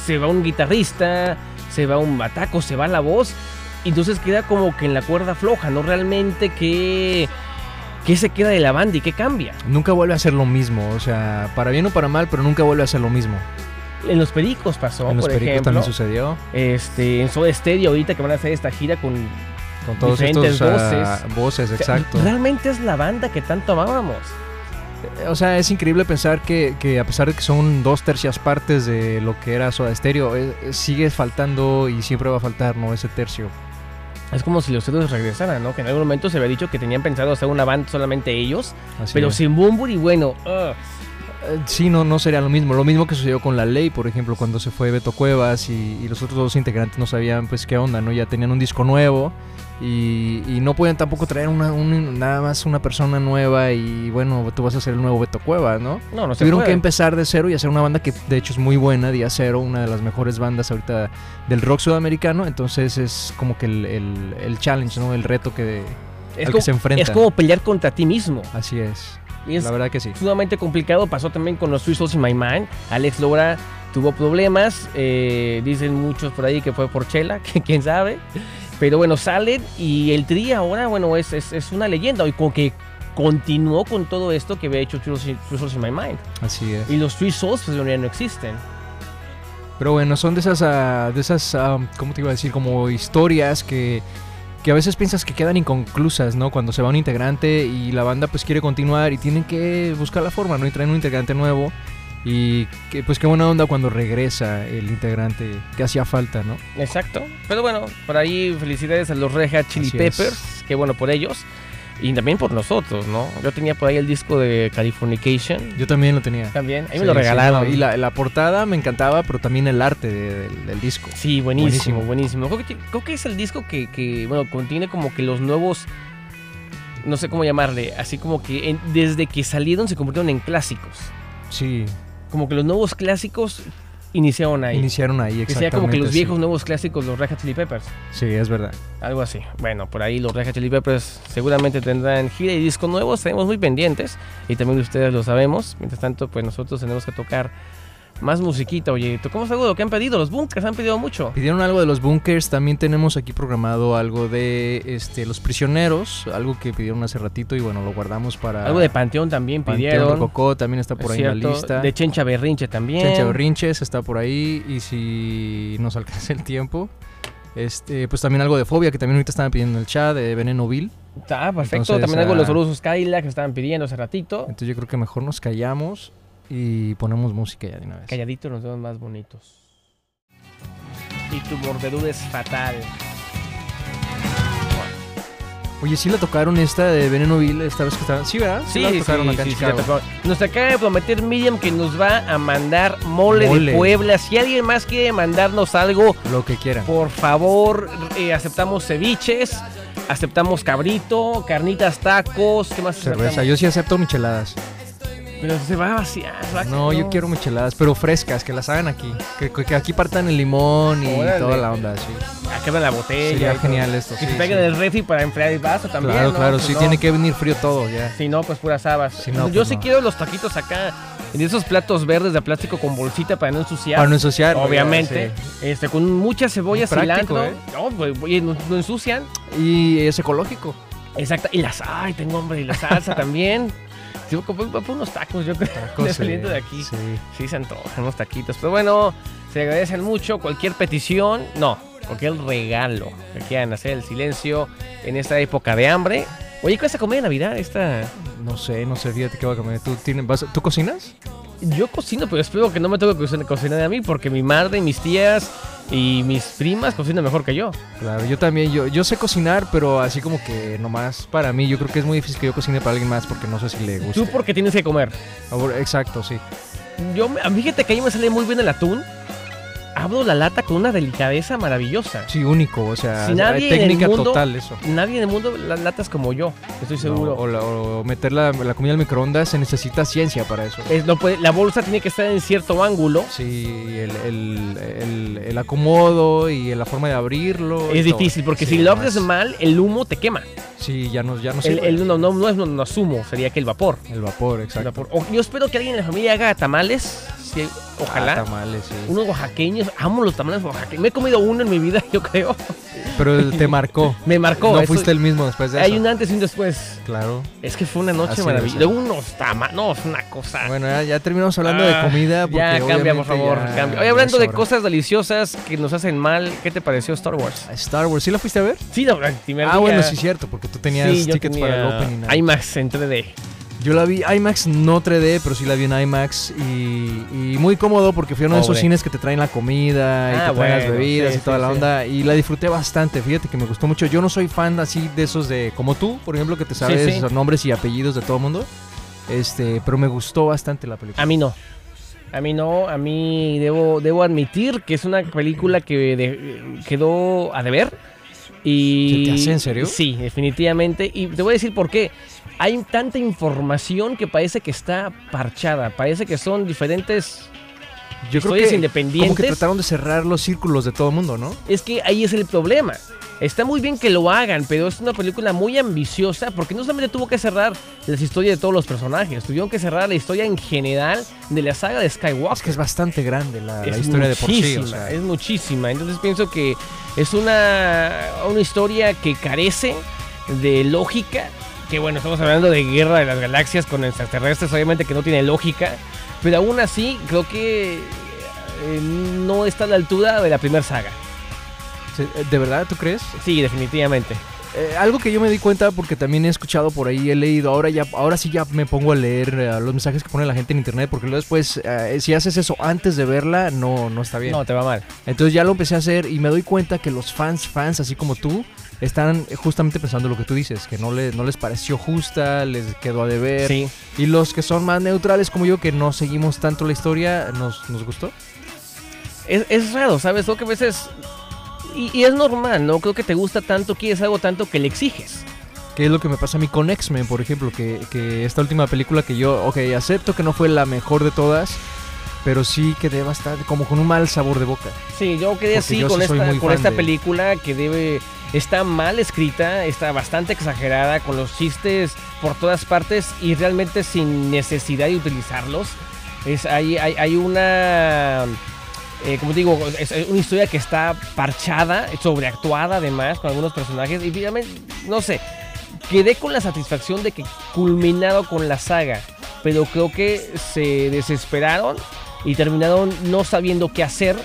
se va un guitarrista, se va un bataco, se va la voz, y entonces queda como que en la cuerda floja, ¿no? Realmente qué, qué se queda de la banda y qué cambia.
Nunca vuelve a ser lo mismo, o sea, para bien o para mal, pero nunca vuelve a ser lo mismo.
En los Pericos pasó,
en los
por
Pericos
ejemplo,
también sucedió.
este, en Soda Stereo ahorita que van a hacer esta gira con,
con todos
diferentes
estos ah,
voces.
voces,
o sea,
exacto.
realmente es la banda que tanto amábamos.
O sea, es increíble pensar que, que a pesar de que son dos tercias partes de lo que era Soda Stereo, eh, eh, sigue faltando y siempre va a faltar, ¿no? Ese tercio.
Es como si los Beatles regresaran, ¿no? Que en algún momento se había dicho que tenían pensado hacer una banda solamente ellos,
Así
pero
es.
sin Bumbur y bueno, ugh.
Eh, sí, no, no sería lo mismo. Lo mismo que sucedió con la ley, por ejemplo, cuando se fue Beto Cuevas y, y los otros dos integrantes no sabían, pues, qué onda, ¿no? Ya tenían un disco nuevo y, y no podían tampoco traer una, un- nada más una persona nueva y, bueno, tú vas a ser el nuevo Beto Cuevas, ¿no?
no, no se
Tuvieron que
puede.
empezar de cero y hacer una banda que de hecho es muy buena, Día Cero, una de las mejores bandas ahorita del rock sudamericano, entonces es como que el, el- el challenge, ¿no? El reto que, al
es
que
como,
se enfrenta.
es como pelear contra ti mismo.
Así es,
Y es
la verdad que sí.
sumamente complicado. Pasó también con los Suizos y My Mind. Alex Lora tuvo problemas. eh, dicen muchos por ahí que fue por Chela, que quién sabe. Pero bueno, salen y el Tri ahora, bueno, es, es, es una leyenda. Y como que continuó con todo esto que había hecho Suizos y My Mind.
Así es.
Y los Suizos, pues ya no existen.
Pero bueno, son de esas, ah, de esas ah, ¿cómo te iba a decir? Como historias que, que a veces piensas que quedan inconclusas, ¿no? Cuando se va un integrante y la banda pues quiere continuar y tienen que buscar la forma, ¿no? Y traen un integrante nuevo y que, pues qué buena onda cuando regresa el integrante que hacía falta, ¿no?
Exacto. Pero bueno, por ahí felicidades a los Red Hot Chili
Así es.
Peppers. Qué bueno por ellos. Y también por nosotros, ¿no? Yo tenía por ahí el disco de Californication.
Yo también lo tenía.
También, ahí
Sí,
me lo
sí,
regalaron.
no, y la, la portada me encantaba, pero también el arte de- del, del disco.
Sí, buenísimo, buenísimo.
Buenísimo.
Creo, que, ti- creo que es el disco que, que, bueno, contiene como que los nuevos, no sé cómo llamarle, así como que en- desde que salieron se convirtieron en clásicos.
Sí,
Como que los nuevos clásicos iniciaron ahí.
iniciaron ahí,
que sería
exactamente.
como que los
sí.
viejos nuevos clásicos, los Red Hot Chili Peppers.
Sí, es verdad.
Algo así. Bueno, por ahí los Red Hot Chili Peppers seguramente tendrán gira y disco nuevo. Estaremos muy pendientes y también ustedes lo sabemos. Mientras tanto, pues nosotros tenemos que tocar más musiquita. Oye, tocamos algo de lo que han pedido. Los bunkers han pedido mucho.
Pidieron algo de los bunkers, también tenemos aquí programado algo de este, los prisioneros, algo que pidieron hace ratito y bueno, lo guardamos para...
Algo de Panteón también
Ah, Panteón
pidieron.
Rococó, también está
Es
por ahí en la
cierto,
lista.
De Chencha Berrinche también.
Chencha Berrinches está por ahí y si nos alcanza el tiempo, este, pues también algo de Fobia, que también ahorita estaban pidiendo en el chat, de Veneno Vil.
Ah, perfecto.
Entonces,
También algo de los
ah,
Orosos Cadillac que estaban pidiendo hace ratito.
Entonces yo creo que mejor nos callamos y ponemos música ya de una vez.
Calladito nos vemos más bonitos. Y tu mordedura es fatal.
Oye, sí la tocaron esta de Veneno Vil esta vez que estaban... Sí, ¿verdad? la tocaron acá en
sí, la
Chicago.
tocaron. Nos acaba de prometer Miriam que nos va a mandar mole,
Mole.
de Puebla. Si alguien más quiere mandarnos algo,
Lo que quieran.
por favor, eh, aceptamos ceviches, aceptamos cabrito, carnitas, tacos, ¿qué más
Cerveza,
aceptamos?
yo sí acepto micheladas.
Pero se va a vaciar. se va a-
No, yo quiero micheladas, pero frescas, que las hagan aquí. Que, que- que aquí partan el limón y
Órale.
toda la onda, sí.
Acá en la botella.
Sería
y todo.
genial esto,
Que
sí,
se peguen
sí.
el refri para enfriar el vaso también.
claro,
¿no?
claro,
Si
sí,
no-
tiene que venir frío todo ya.
Si no, pues puras habas.
Si no,
Yo
pues
sí
no.
quiero los taquitos acá. De esos platos verdes de plástico con bolsita para no ensuciar.
Para no ensuciar. ¿no?
Obviamente.
Ya,
Este, con mucha cebolla,
Muy práctico,
cilantro.
¿eh?
No, pues, oye, no, no ensucian.
sí. Y es ecológico.
Exacto. Y la salsa, ay, tengo hambre. Y la salsa también. Yo compré compré pues, unos tacos, yo creo.
Tacos,
saliendo
eh,
de aquí.
Sí.
Sí, se antojan unos taquitos. Pero bueno, se agradecen mucho. Cualquier petición, no, cualquier regalo que quieran hacer el silencio en esta época de hambre. Oye, ¿qué vas a comer de Navidad? Esta...
No sé, no sé, fíjate qué va a comer. ¿Tú, tienes, vas, ¿tú cocinas?
Yo cocino, pero espero que no me tengo que cocinar- cocinar a mí porque mi madre, mis tías y mis primas cocinan mejor que yo.
Claro, yo también, yo, yo sé cocinar, pero así como que nomás para mí, yo creo que es muy difícil que yo cocine para alguien más porque no sé si le gusta.
Tú porque tienes que comer.
Exacto, sí.
Yo, me- fíjate que ahí me sale muy bien el atún. Abro la lata con una delicadeza maravillosa.
Sí, único, o sea,
Si nadie en el
técnica
mundo-
total eso.
Nadie en el mundo las latas como yo, estoy seguro.
No, o, la- o meter la, la comida al microondas se necesita ciencia para eso.
Es- no puede- la bolsa tiene que estar en cierto ángulo.
Sí, el, el- el- el acomodo y la forma de abrirlo. y
Es
todo.
difícil, porque
Sí,
si lo
no
abres
es-
mal, el humo te quema.
Sí, ya no, ya no
el,
sirve.
el- no, no, no es no, no es humo, sería que el vapor.
El vapor,
El
exacto.
vapor. O- yo espero que alguien en la familia haga tamales. sí, ojalá.
Ah, tamales, sí.
Unos oaxaqueños. Amo los tamales oaxaqueños. Me he comido uno en mi vida, yo creo.
Pero te marcó.
Me marcó.
No
eso-
fuiste el mismo después de eso.
Hay un antes y un después.
Claro.
Es que fue una noche
Así debe
maravillosa.
ser.
Luego unos tamales. No, es una cosa.
Bueno, ya, ya terminamos hablando de
Ah,
comida. Porque
ya, cambia, por
obviamente
favor.
ya-
cambia.
ya
Oye,
es
hablando de
hora.
cosas deliciosas que nos hacen mal, ¿qué te pareció Star Wars?
Star Wars, ¿sí la fuiste a ver?
Sí, la verdad, el primer
Ah,
día-
bueno, sí, cierto, porque tú tenías
Sí, yo
tickets para el
tenía
opening. night.
IMAX en 3D.
Yo la vi IMAX, no 3D, pero sí la vi en IMAX y, y muy cómodo porque fui a uno de esos
Pobre.
cines que te traen la comida y
Ah,
te traen las
bueno,
bebidas
sí,
y toda
sí,
la
sí.
onda y la disfruté bastante, fíjate que me gustó mucho. Yo no soy fan así de esos de, como tú, por ejemplo, que te sabes
sí.
los nombres y apellidos de todo el mundo, este, pero me gustó bastante la película.
A mí no. A mí no, a mí debo, debo admitir que es una película que de- quedó a deber. Y,
¿Se te hace en serio?
Sí, definitivamente. Y te voy a decir por qué. Hay tanta información que parece que está parchada. Parece que son diferentes
Yo creo
Ah, historias
que como que
independientes.
trataron de cerrar los círculos de todo el mundo, ¿no?
es que ahí es el problema. Está muy bien que lo hagan, pero es una película muy ambiciosa porque no solamente tuvo que cerrar las historias de todos los personajes, tuvieron que cerrar la historia en general de la saga de
Es que
Skywalker.
es bastante grande la, la historia de por sí, o
muchísima,
sea,
es muchísima. Entonces pienso que es una, una historia que carece de lógica. Que bueno, estamos hablando de guerra de las galaxias con extraterrestres, obviamente que no tiene lógica. Pero aún así, creo que eh, no está a la altura de la primera saga.
se- ¿De verdad tú crees?
Sí, definitivamente.
Eh, algo que yo me di cuenta porque también he escuchado por ahí, he leído, ahora ya, ahora sí ya me pongo a leer eh, los mensajes que pone la gente en internet, porque luego después, eh, si haces eso antes de verla, no, no está bien.
No, te va mal.
Entonces ya lo empecé a hacer y me doy cuenta que los fans, fans así como tú, están justamente pensando lo que tú dices, que no, le, no les pareció justa, les quedó a deber.
Sí.
Y los que son más neutrales como yo, que no seguimos tanto la historia, nos, nos gustó.
Es, es raro, ¿sabes? Creo que a veces. Y, y es normal, ¿no? Creo que te gusta tanto, quieres algo tanto que le exiges.
Que es lo que me pasa a mí con X-Men, por ejemplo, que, que esta última película que yo, ok, acepto que no fue la mejor de todas, pero sí quedé bastante, como con un mal sabor de boca.
Sí, yo quedé
Porque
así
yo sí
con,
soy
esta,
muy
con
fan
esta
de-
película que debe. Está mal escrita, está bastante exagerada, con los chistes por todas partes y realmente sin necesidad de utilizarlos. Es, hay, hay, hay una. eh, como te digo, es es una historia que está parchada, sobreactuada además con algunos personajes. Y finalmente, no sé, quedé con la satisfacción de que culminado con la saga, pero creo que se desesperaron y terminaron no sabiendo qué hacer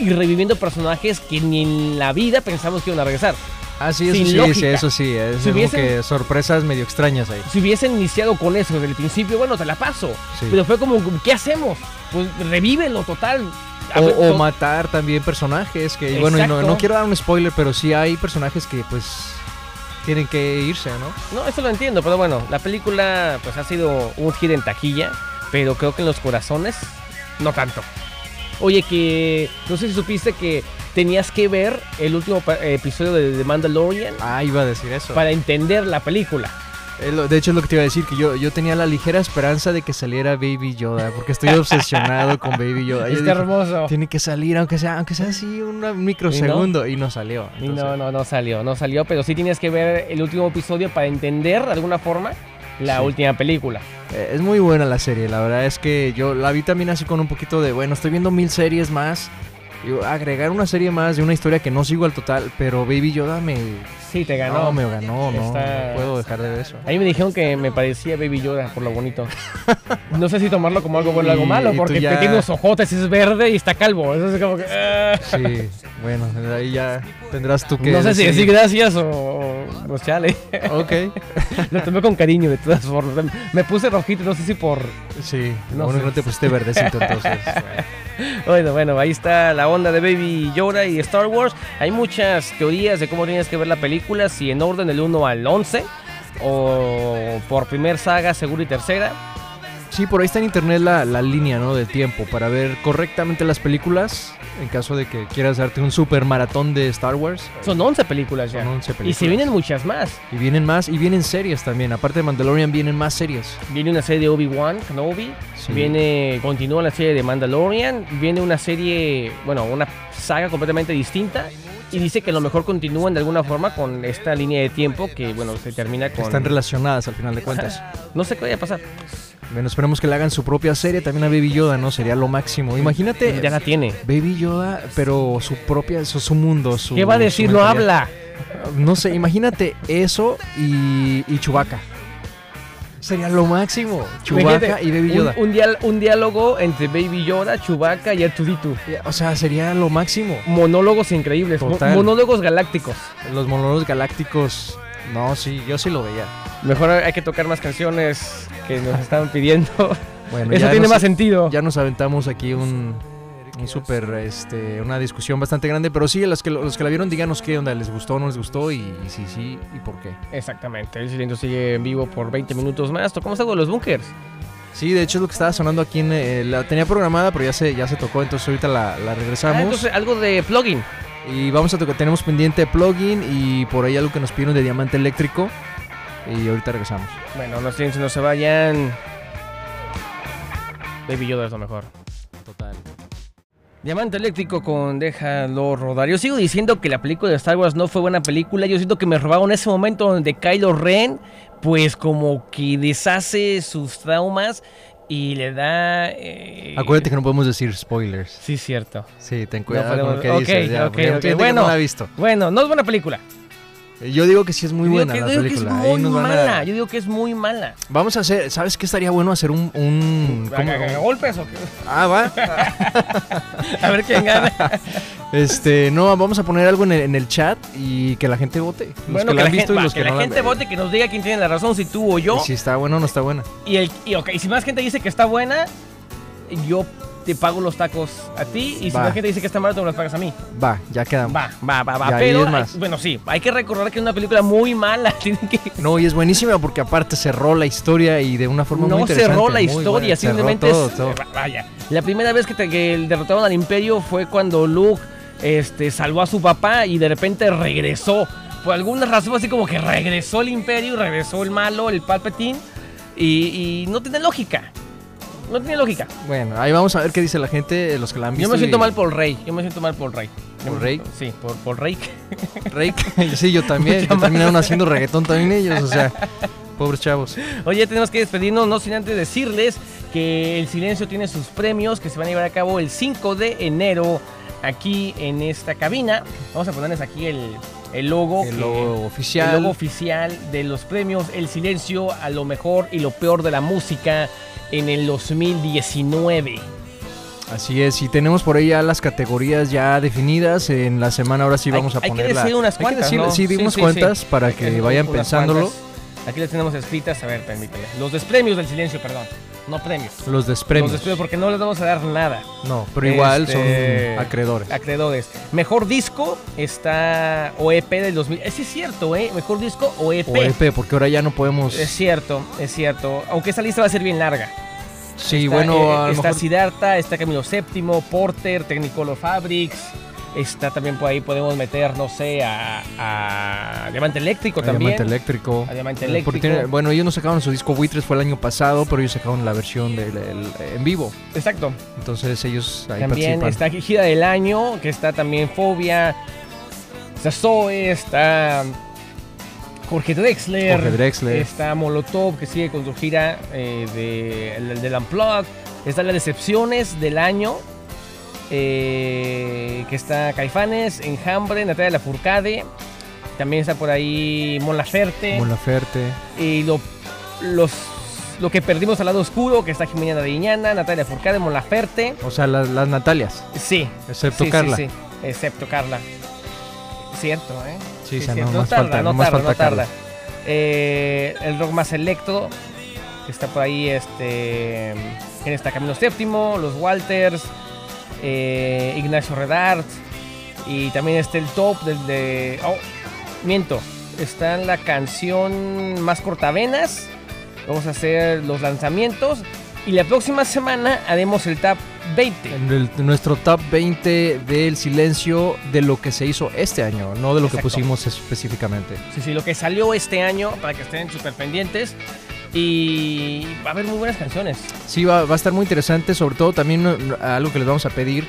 y reviviendo personajes que ni en la vida pensamos que iban a regresar.
Ah, sí, eso
Sin
sí,
lógica.
sí, eso sí, eh, es
Si
como
hubiesen-
que sorpresas medio extrañas ahí.
Si hubiesen iniciado con eso desde el principio, bueno, te la paso.
Sí.
Pero fue como, ¿qué hacemos? Pues revívelo total. A
O,
ver,
o
to-
matar también personajes que, bueno, y no,
Exacto.
no quiero dar un spoiler, pero sí hay personajes que pues tienen que irse, ¿no?
No, eso lo entiendo, pero bueno, la película pues ha sido un hit en taquilla, pero creo que en los corazones no tanto. Oye, que no sé si supiste que tenías que ver el último pa- episodio de The Mandalorian
Ah, iba a decir eso.
para entender la película.
Es lo- De hecho es lo que te iba a decir, que yo, yo tenía la ligera esperanza de que saliera Baby Yoda, porque estoy obsesionado con Baby Yoda. Yo
Está
dije,
hermoso.
Tiene que salir, aunque sea, aunque sea así una- un microsegundo. Y no, salió.
Y
entonces-
no, no, no salió, no salió, pero sí tienes que ver el último episodio para entender de alguna forma la
Sí.
última película.
Eh, Es muy buena la serie, la verdad es que yo la vi también así con un poquito de, bueno, estoy viendo mil series más. Digo, agregar una serie más de una historia que no sigo al total, pero Baby Yoda me
Sí, te ganó.
No, me ganó, no,
Está-
no puedo dejar de ver eso.
Ahí me dijeron que me parecía Baby Yoda por lo bonito. No sé si tomarlo como algo bueno o algo
Y-
malo,
y tú
porque
ya-
tiene unos ojotes, es verde y está calvo. Eso es como que, ah.
Sí, bueno, desde ahí ya tendrás tú que
No sé si decir
decidir.
gracias o. o- Pues chale.
Ok,
Lo tomé con cariño de todas formas. Me puse rojito, no sé si por.
sí,
No
lo bueno
sé.
que no te pusiste verdecito entonces.
Bueno, bueno, ahí está la onda de Baby Yoda y Star Wars. Hay muchas teorías de cómo tienes que ver la película, si en orden del 1 al 11, o por primer saga, segunda y tercera.
Sí, por ahí está en internet la, la línea ¿no? de tiempo para ver correctamente las películas. En caso de que quieras darte un super maratón de Star Wars,
Son 11 películas ya.
son 11 películas.
Y si vienen muchas más.
Y vienen más, y vienen series también. Aparte de Mandalorian, vienen más series.
Viene una serie de Obi-Wan, Kenobi.
Sí.
Viene, continúa la serie de Mandalorian. Viene una serie, bueno, una saga completamente distinta. Y dice que a lo mejor continúan de alguna forma con esta línea de tiempo que, bueno, se termina
que
con.
están relacionadas al final de cuentas.
no sé qué vaya a pasar.
Bueno, esperemos que le hagan su propia serie también a Baby Yoda, ¿no? Sería lo máximo. Imagínate
Ya la tiene.
Baby Yoda, pero su propia, su, su mundo. Su,
¿Qué va a
su
decir? No
mentalidad.
habla.
No sé, imagínate eso y, y Chewbacca. Sería lo máximo. Chewbacca
Imagínate,
y Baby
un-
Yoda.
Un, dial- un diálogo entre Baby Yoda, Chewbacca y Artuditu.
O sea, sería lo máximo.
Monólogos increíbles, mo-
Total.
monólogos galácticos.
Los monólogos galácticos. No, sí, yo sí lo veía.
Mejor hay que tocar más canciones que nos están pidiendo.
Ah. Bueno,
Eso
ya
tiene
no
más
sé-
sentido.
ya nos aventamos aquí un, un súper, este, una discusión bastante grande, pero sí, los que, los que la vieron, díganos qué onda, les gustó, no les gustó y, y si sí, y por qué.
Exactamente, el cilindro sigue en vivo por 20 minutos más. Tocamos algo de los bunkers.
Sí, de hecho es lo que estaba sonando aquí, en, eh, la tenía programada, pero ya se, ya se tocó, entonces ahorita la, la regresamos.
Ah, entonces, algo de plugin.
Y vamos a tocar, tenemos pendiente plugin y por ahí algo que nos pidieron de diamante eléctrico. Y ahorita regresamos.
Bueno, no sé si no se vayan. Baby Yoda es lo mejor.
Total.
Diamante eléctrico con Déjalo rodar. Yo sigo diciendo que la película de Star Wars no fue buena película. Yo siento que me robaron ese momento donde Kylo Ren, pues como que deshace sus traumas y le da. eh,
Acuérdate que no podemos decir spoilers.
Sí, cierto.
Sí, ten
No
cuidado con lo que
podemos-
dices.
ok,
ya,
ok,
porque hay mucha
ok,
gente que
bueno.
no la ha visto.
Bueno, no es buena película.
Yo digo que sí es
Yo
muy
digo
buena
que-
la
yo digo que
película.
es
ahí
muy
nos van a-
mala. Yo digo que es muy mala.
Vamos a hacer, ¿sabes qué estaría bueno hacer un... un-
¿A-
¿cómo?
a- a golpes o qué?
Ah, va.
A ver quién gana.
Este, no, vamos a poner algo en el, en el chat y que la gente vote. Los que la han
gente,
visto
va,
y los que,
que la
no la han
gente vote, que nos diga quién tiene la razón, si tú o yo.
Y Si está buena o no está buena.
Y, el, y, ok, si más gente dice que está buena, yo te pago los tacos a ti. Y si
Va.
más gente dice que está mala, tú me los pagas a mí.
Va, ya quedamos.
Va, va, va, va.
Y ahí
Pero,
es más.
hay- bueno, sí, hay que recordar que es una película muy mala. Tienen que.
No, y es buenísima porque aparte cerró la historia y de una forma muy
No
interesante.
cerró la
muy buena.
historia,
Cerró
simplemente
todo,
es-
todo.
eh, Vaya. La primera vez que, te, que el- derrotaron al imperio fue cuando Luke este, salvó a su papá y de repente regresó. Por alguna razón así como que regresó el imperio, regresó el malo, el Palpatine. Y, y no tiene lógica. No tiene lógica.
Bueno, ahí vamos a ver qué dice la gente, eh, los que la han visto.
Yo me siento
y-
mal por Rey. Yo me siento mal por Rey. Yo
¿Por
me
Rey?
siento- Sí, por, por Rey.
Rake. sí, yo también.
Mucha
que terminaron haciendo reggaetón también ellos, o sea, pobres chavos.
Oye, tenemos que despedirnos, no sin antes decirles que El Silencio tiene sus premios que se van a llevar a cabo el 5 de enero aquí en esta cabina. Vamos a ponerles aquí el, el logo.
El
que-
logo
el
oficial.
logo oficial de los premios El Silencio a lo mejor y lo peor de la música en el 2019.
Así es, y tenemos por ahí ya las categorías ya definidas. En la semana ahora sí
Hay-
vamos a
hay que
poner la-
decir unas cuantas,
decir-
¿no?
Sí, di
Sí,
unas
sí,
cuantas
sí.
para
Hay
que
decir
vayan
unas
pensándolo.
cuantas. Aquí las tenemos escritas, a ver, permíteme. Los despremios del silencio, perdón. No premios.
Los
Los
despremios.
despremios porque no les vamos a dar nada.
No, pero igual
Este-
son acreedores.
acreedores. Mejor disco está OEP del 2000. Eh, sí es cierto, ¿eh? Mejor disco OEP.
O E EP, porque ahora ya no podemos.
E Es cierto, es cierto. Aunque esa lista va a ser bien larga.
sí,
Está,
bueno,
eh,
a lo
está
mejor-
Siddhartha, está Camilo VII, Porter, Technicolor Fabrics, Está también por ahí, podemos meter, no sé, a, a Diamante Eléctrico
A
también.
Diamante Eléctrico.
A Diamante
Eh,
Eléctrico.
porque tiene- bueno, ellos no sacaron su disco Buitres, fue el año pasado, pero ellos sacaron la versión del, el- en vivo.
Exacto.
Entonces ellos ahí
también
participan.
está aquí Gira del Año, que está también Fobia. Está Zoe, está Jorge Drexler.
Jorge Drexler.
Está Molotov, que sigue con su gira eh, de, el- del Unplugged. Están las decepciones del año. eh, que está Caifanes, Enjambre, Natalia Lafourcade. También está por ahí Mon Laferte.
Mon Laferte.
y lo, los, lo que perdimos al lado oscuro, que está Jimena Nariñana, Natalia Lafourcade, Mon Laferte.
O sea, las, las Natalias,
Sí,
excepto Carla.
Sí, sí, excepto Carla. Cierto, ¿eh?
Sí, o sea,
cierto.
no más
tarda,
falta-
no
no más
tarda, no
falta
tarda.
Carla.
Eh, el rock más electro, que está por ahí, este, en está Camino Séptimo, los Walters, eh, Ignacio Redart, y también está el top del de... Oh, miento, está la canción más cortavenas, vamos a hacer los lanzamientos, y la próxima semana haremos el top 20.
En el- nuestro top 20 del silencio de lo que se hizo este año, no de lo
Exacto.
que pusimos específicamente.
Sí, sí, lo que salió este año para que estén súper pendientes. Y va a haber muy buenas canciones.
Sí, va, va a estar muy interesante, sobre todo también no- no- algo que les vamos a pedir,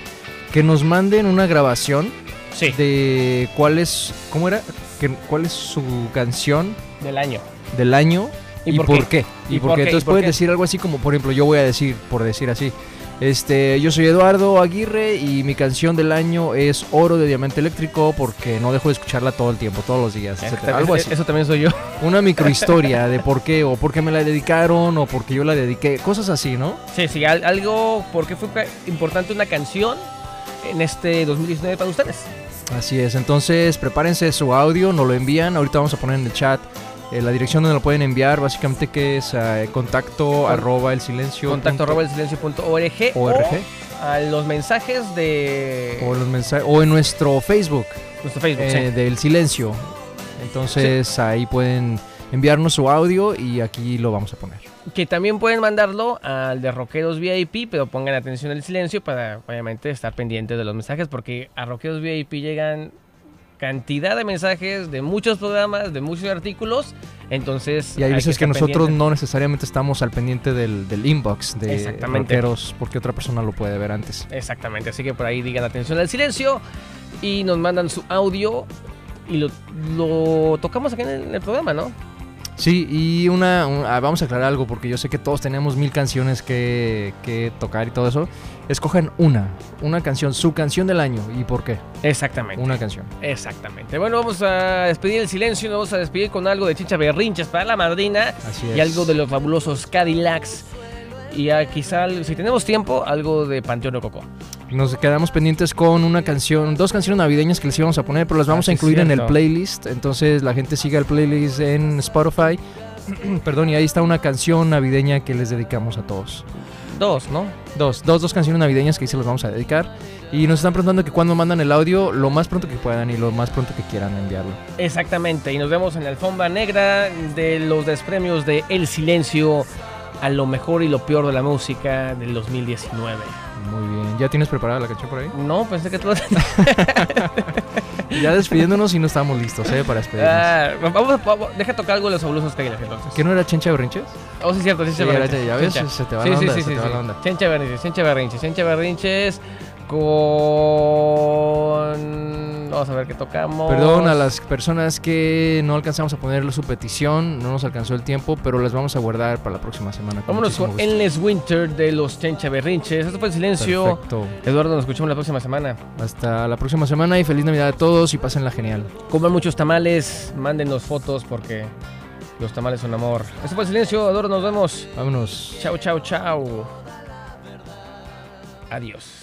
que nos manden una grabación
Sí.
de cuál es, ¿cómo era? Que- ¿Cuál es su canción
del año.
del año
¿Y
y,
por
por,
qué?
qué?
¿Y
Y,
por
por qué.
qué?
Entonces
¿Y por
puedes
qué?
decir algo así como, por ejemplo, yo voy a decir, por decir así, este, yo soy Eduardo Aguirre y mi canción del año es Oro de Diamante Eléctrico porque no dejo de escucharla todo el tiempo, todos los días,
Eso,
etcétera. Algo así.
eso también soy yo.
Una microhistoria de por qué o por qué me la dedicaron o por qué yo la dediqué, cosas así, ¿no?
Sí, sí, al- algo porque fue ca- importante una canción en este 2019 para ustedes.
Así es, entonces prepárense su audio, nos lo envían, ahorita vamos a poner en el chat eh, la dirección donde lo pueden enviar, básicamente que es eh, contacto arroba el silencio
Contacto
punto
arroba el silencio.org
org,
o a los mensajes de
o, los mensajes- o en nuestro Facebook
nuestro Facebook.
eh, del silencio. Entonces ahí pueden enviarnos su audio y aquí lo vamos a poner.
sí. Que también pueden mandarlo al de Rockeros VIP, pero pongan atención al silencio para obviamente estar pendientes de los mensajes, porque a Rockeros VIP llegan cantidad de mensajes de muchos programas, de muchos artículos, entonces...
Y hay veces que,
estar
nosotros
pendientes.
no necesariamente estamos al pendiente del, del inbox de
Exactamente.
rockeros porque otra persona lo puede ver antes.
Exactamente, así que por ahí digan atención al silencio y nos mandan su audio y lo, lo tocamos aquí en el, en el programa, ¿no?
Sí, y una, un- ah, vamos a aclarar algo porque yo sé que todos tenemos mil canciones que, que tocar y todo eso. Escojan una, una canción, su canción del año y por qué.
Exactamente.
Una canción.
Exactamente. Bueno, vamos a despedir el silencio y nos vamos a despedir con algo de chicha berrinches para la madrina
Así es.
y algo de los fabulosos Cadillacs. Y ah, quizá, si tenemos tiempo, algo de Panteón Coco.
Nos quedamos pendientes con una canción, dos canciones navideñas que les íbamos a poner, pero las vamos
Ah, sí,
a incluir en el
cierto.
playlist. Entonces la gente siga el playlist en Spotify. Perdón, y ahí está una canción navideña que les dedicamos a todos.
Dos, ¿no?
Dos, dos, dos canciones navideñas que ahí se las vamos a dedicar. Y nos están preguntando que cuando mandan el audio, lo más pronto que puedan y lo más pronto que quieran enviarlo.
Exactamente. Y nos vemos en la alfombra negra de los despremios de El Silencio a lo mejor y lo peor de la música del 2019.
Muy bien, ¿ya tienes preparada la canción por ahí?
No, pensé que tú
Ya despidiéndonos y no estábamos listos, ¿eh? Para despedirnos.
Ah, vamos, a- vamos- deja tocar algo de los fabulosos Cadillacs entonces.
¿Que no era Chencha Berrinches?
Oh, sí, cierto, sí,
Sí,
Berrinches,
ahorita ya ves,
Chencha.
se te va
sí,
la
sí,
onda,
sí,
se
sí,
te va
sí.
la onda.
Chencha Berrinches, Chencha Berrinches, Chencha Berrinches con... Vamos a ver qué tocamos.
Perdón a las personas que no alcanzamos a ponerle su petición, no nos alcanzó el tiempo, pero las vamos a guardar para la próxima semana. con
Vámonos
muchísimo
con
gusto.
Endless Winter de los Chencha Berrinches. Esto fue El Silencio.
Perfecto.
Eduardo, nos escuchamos la próxima semana.
Hasta la próxima semana y feliz Navidad a todos y pásenla genial.
Coman muchos tamales, mándenos fotos porque los tamales son amor. Esto fue El Silencio, Eduardo, nos vemos.
Vámonos.
Chao, chao, chao. Adiós.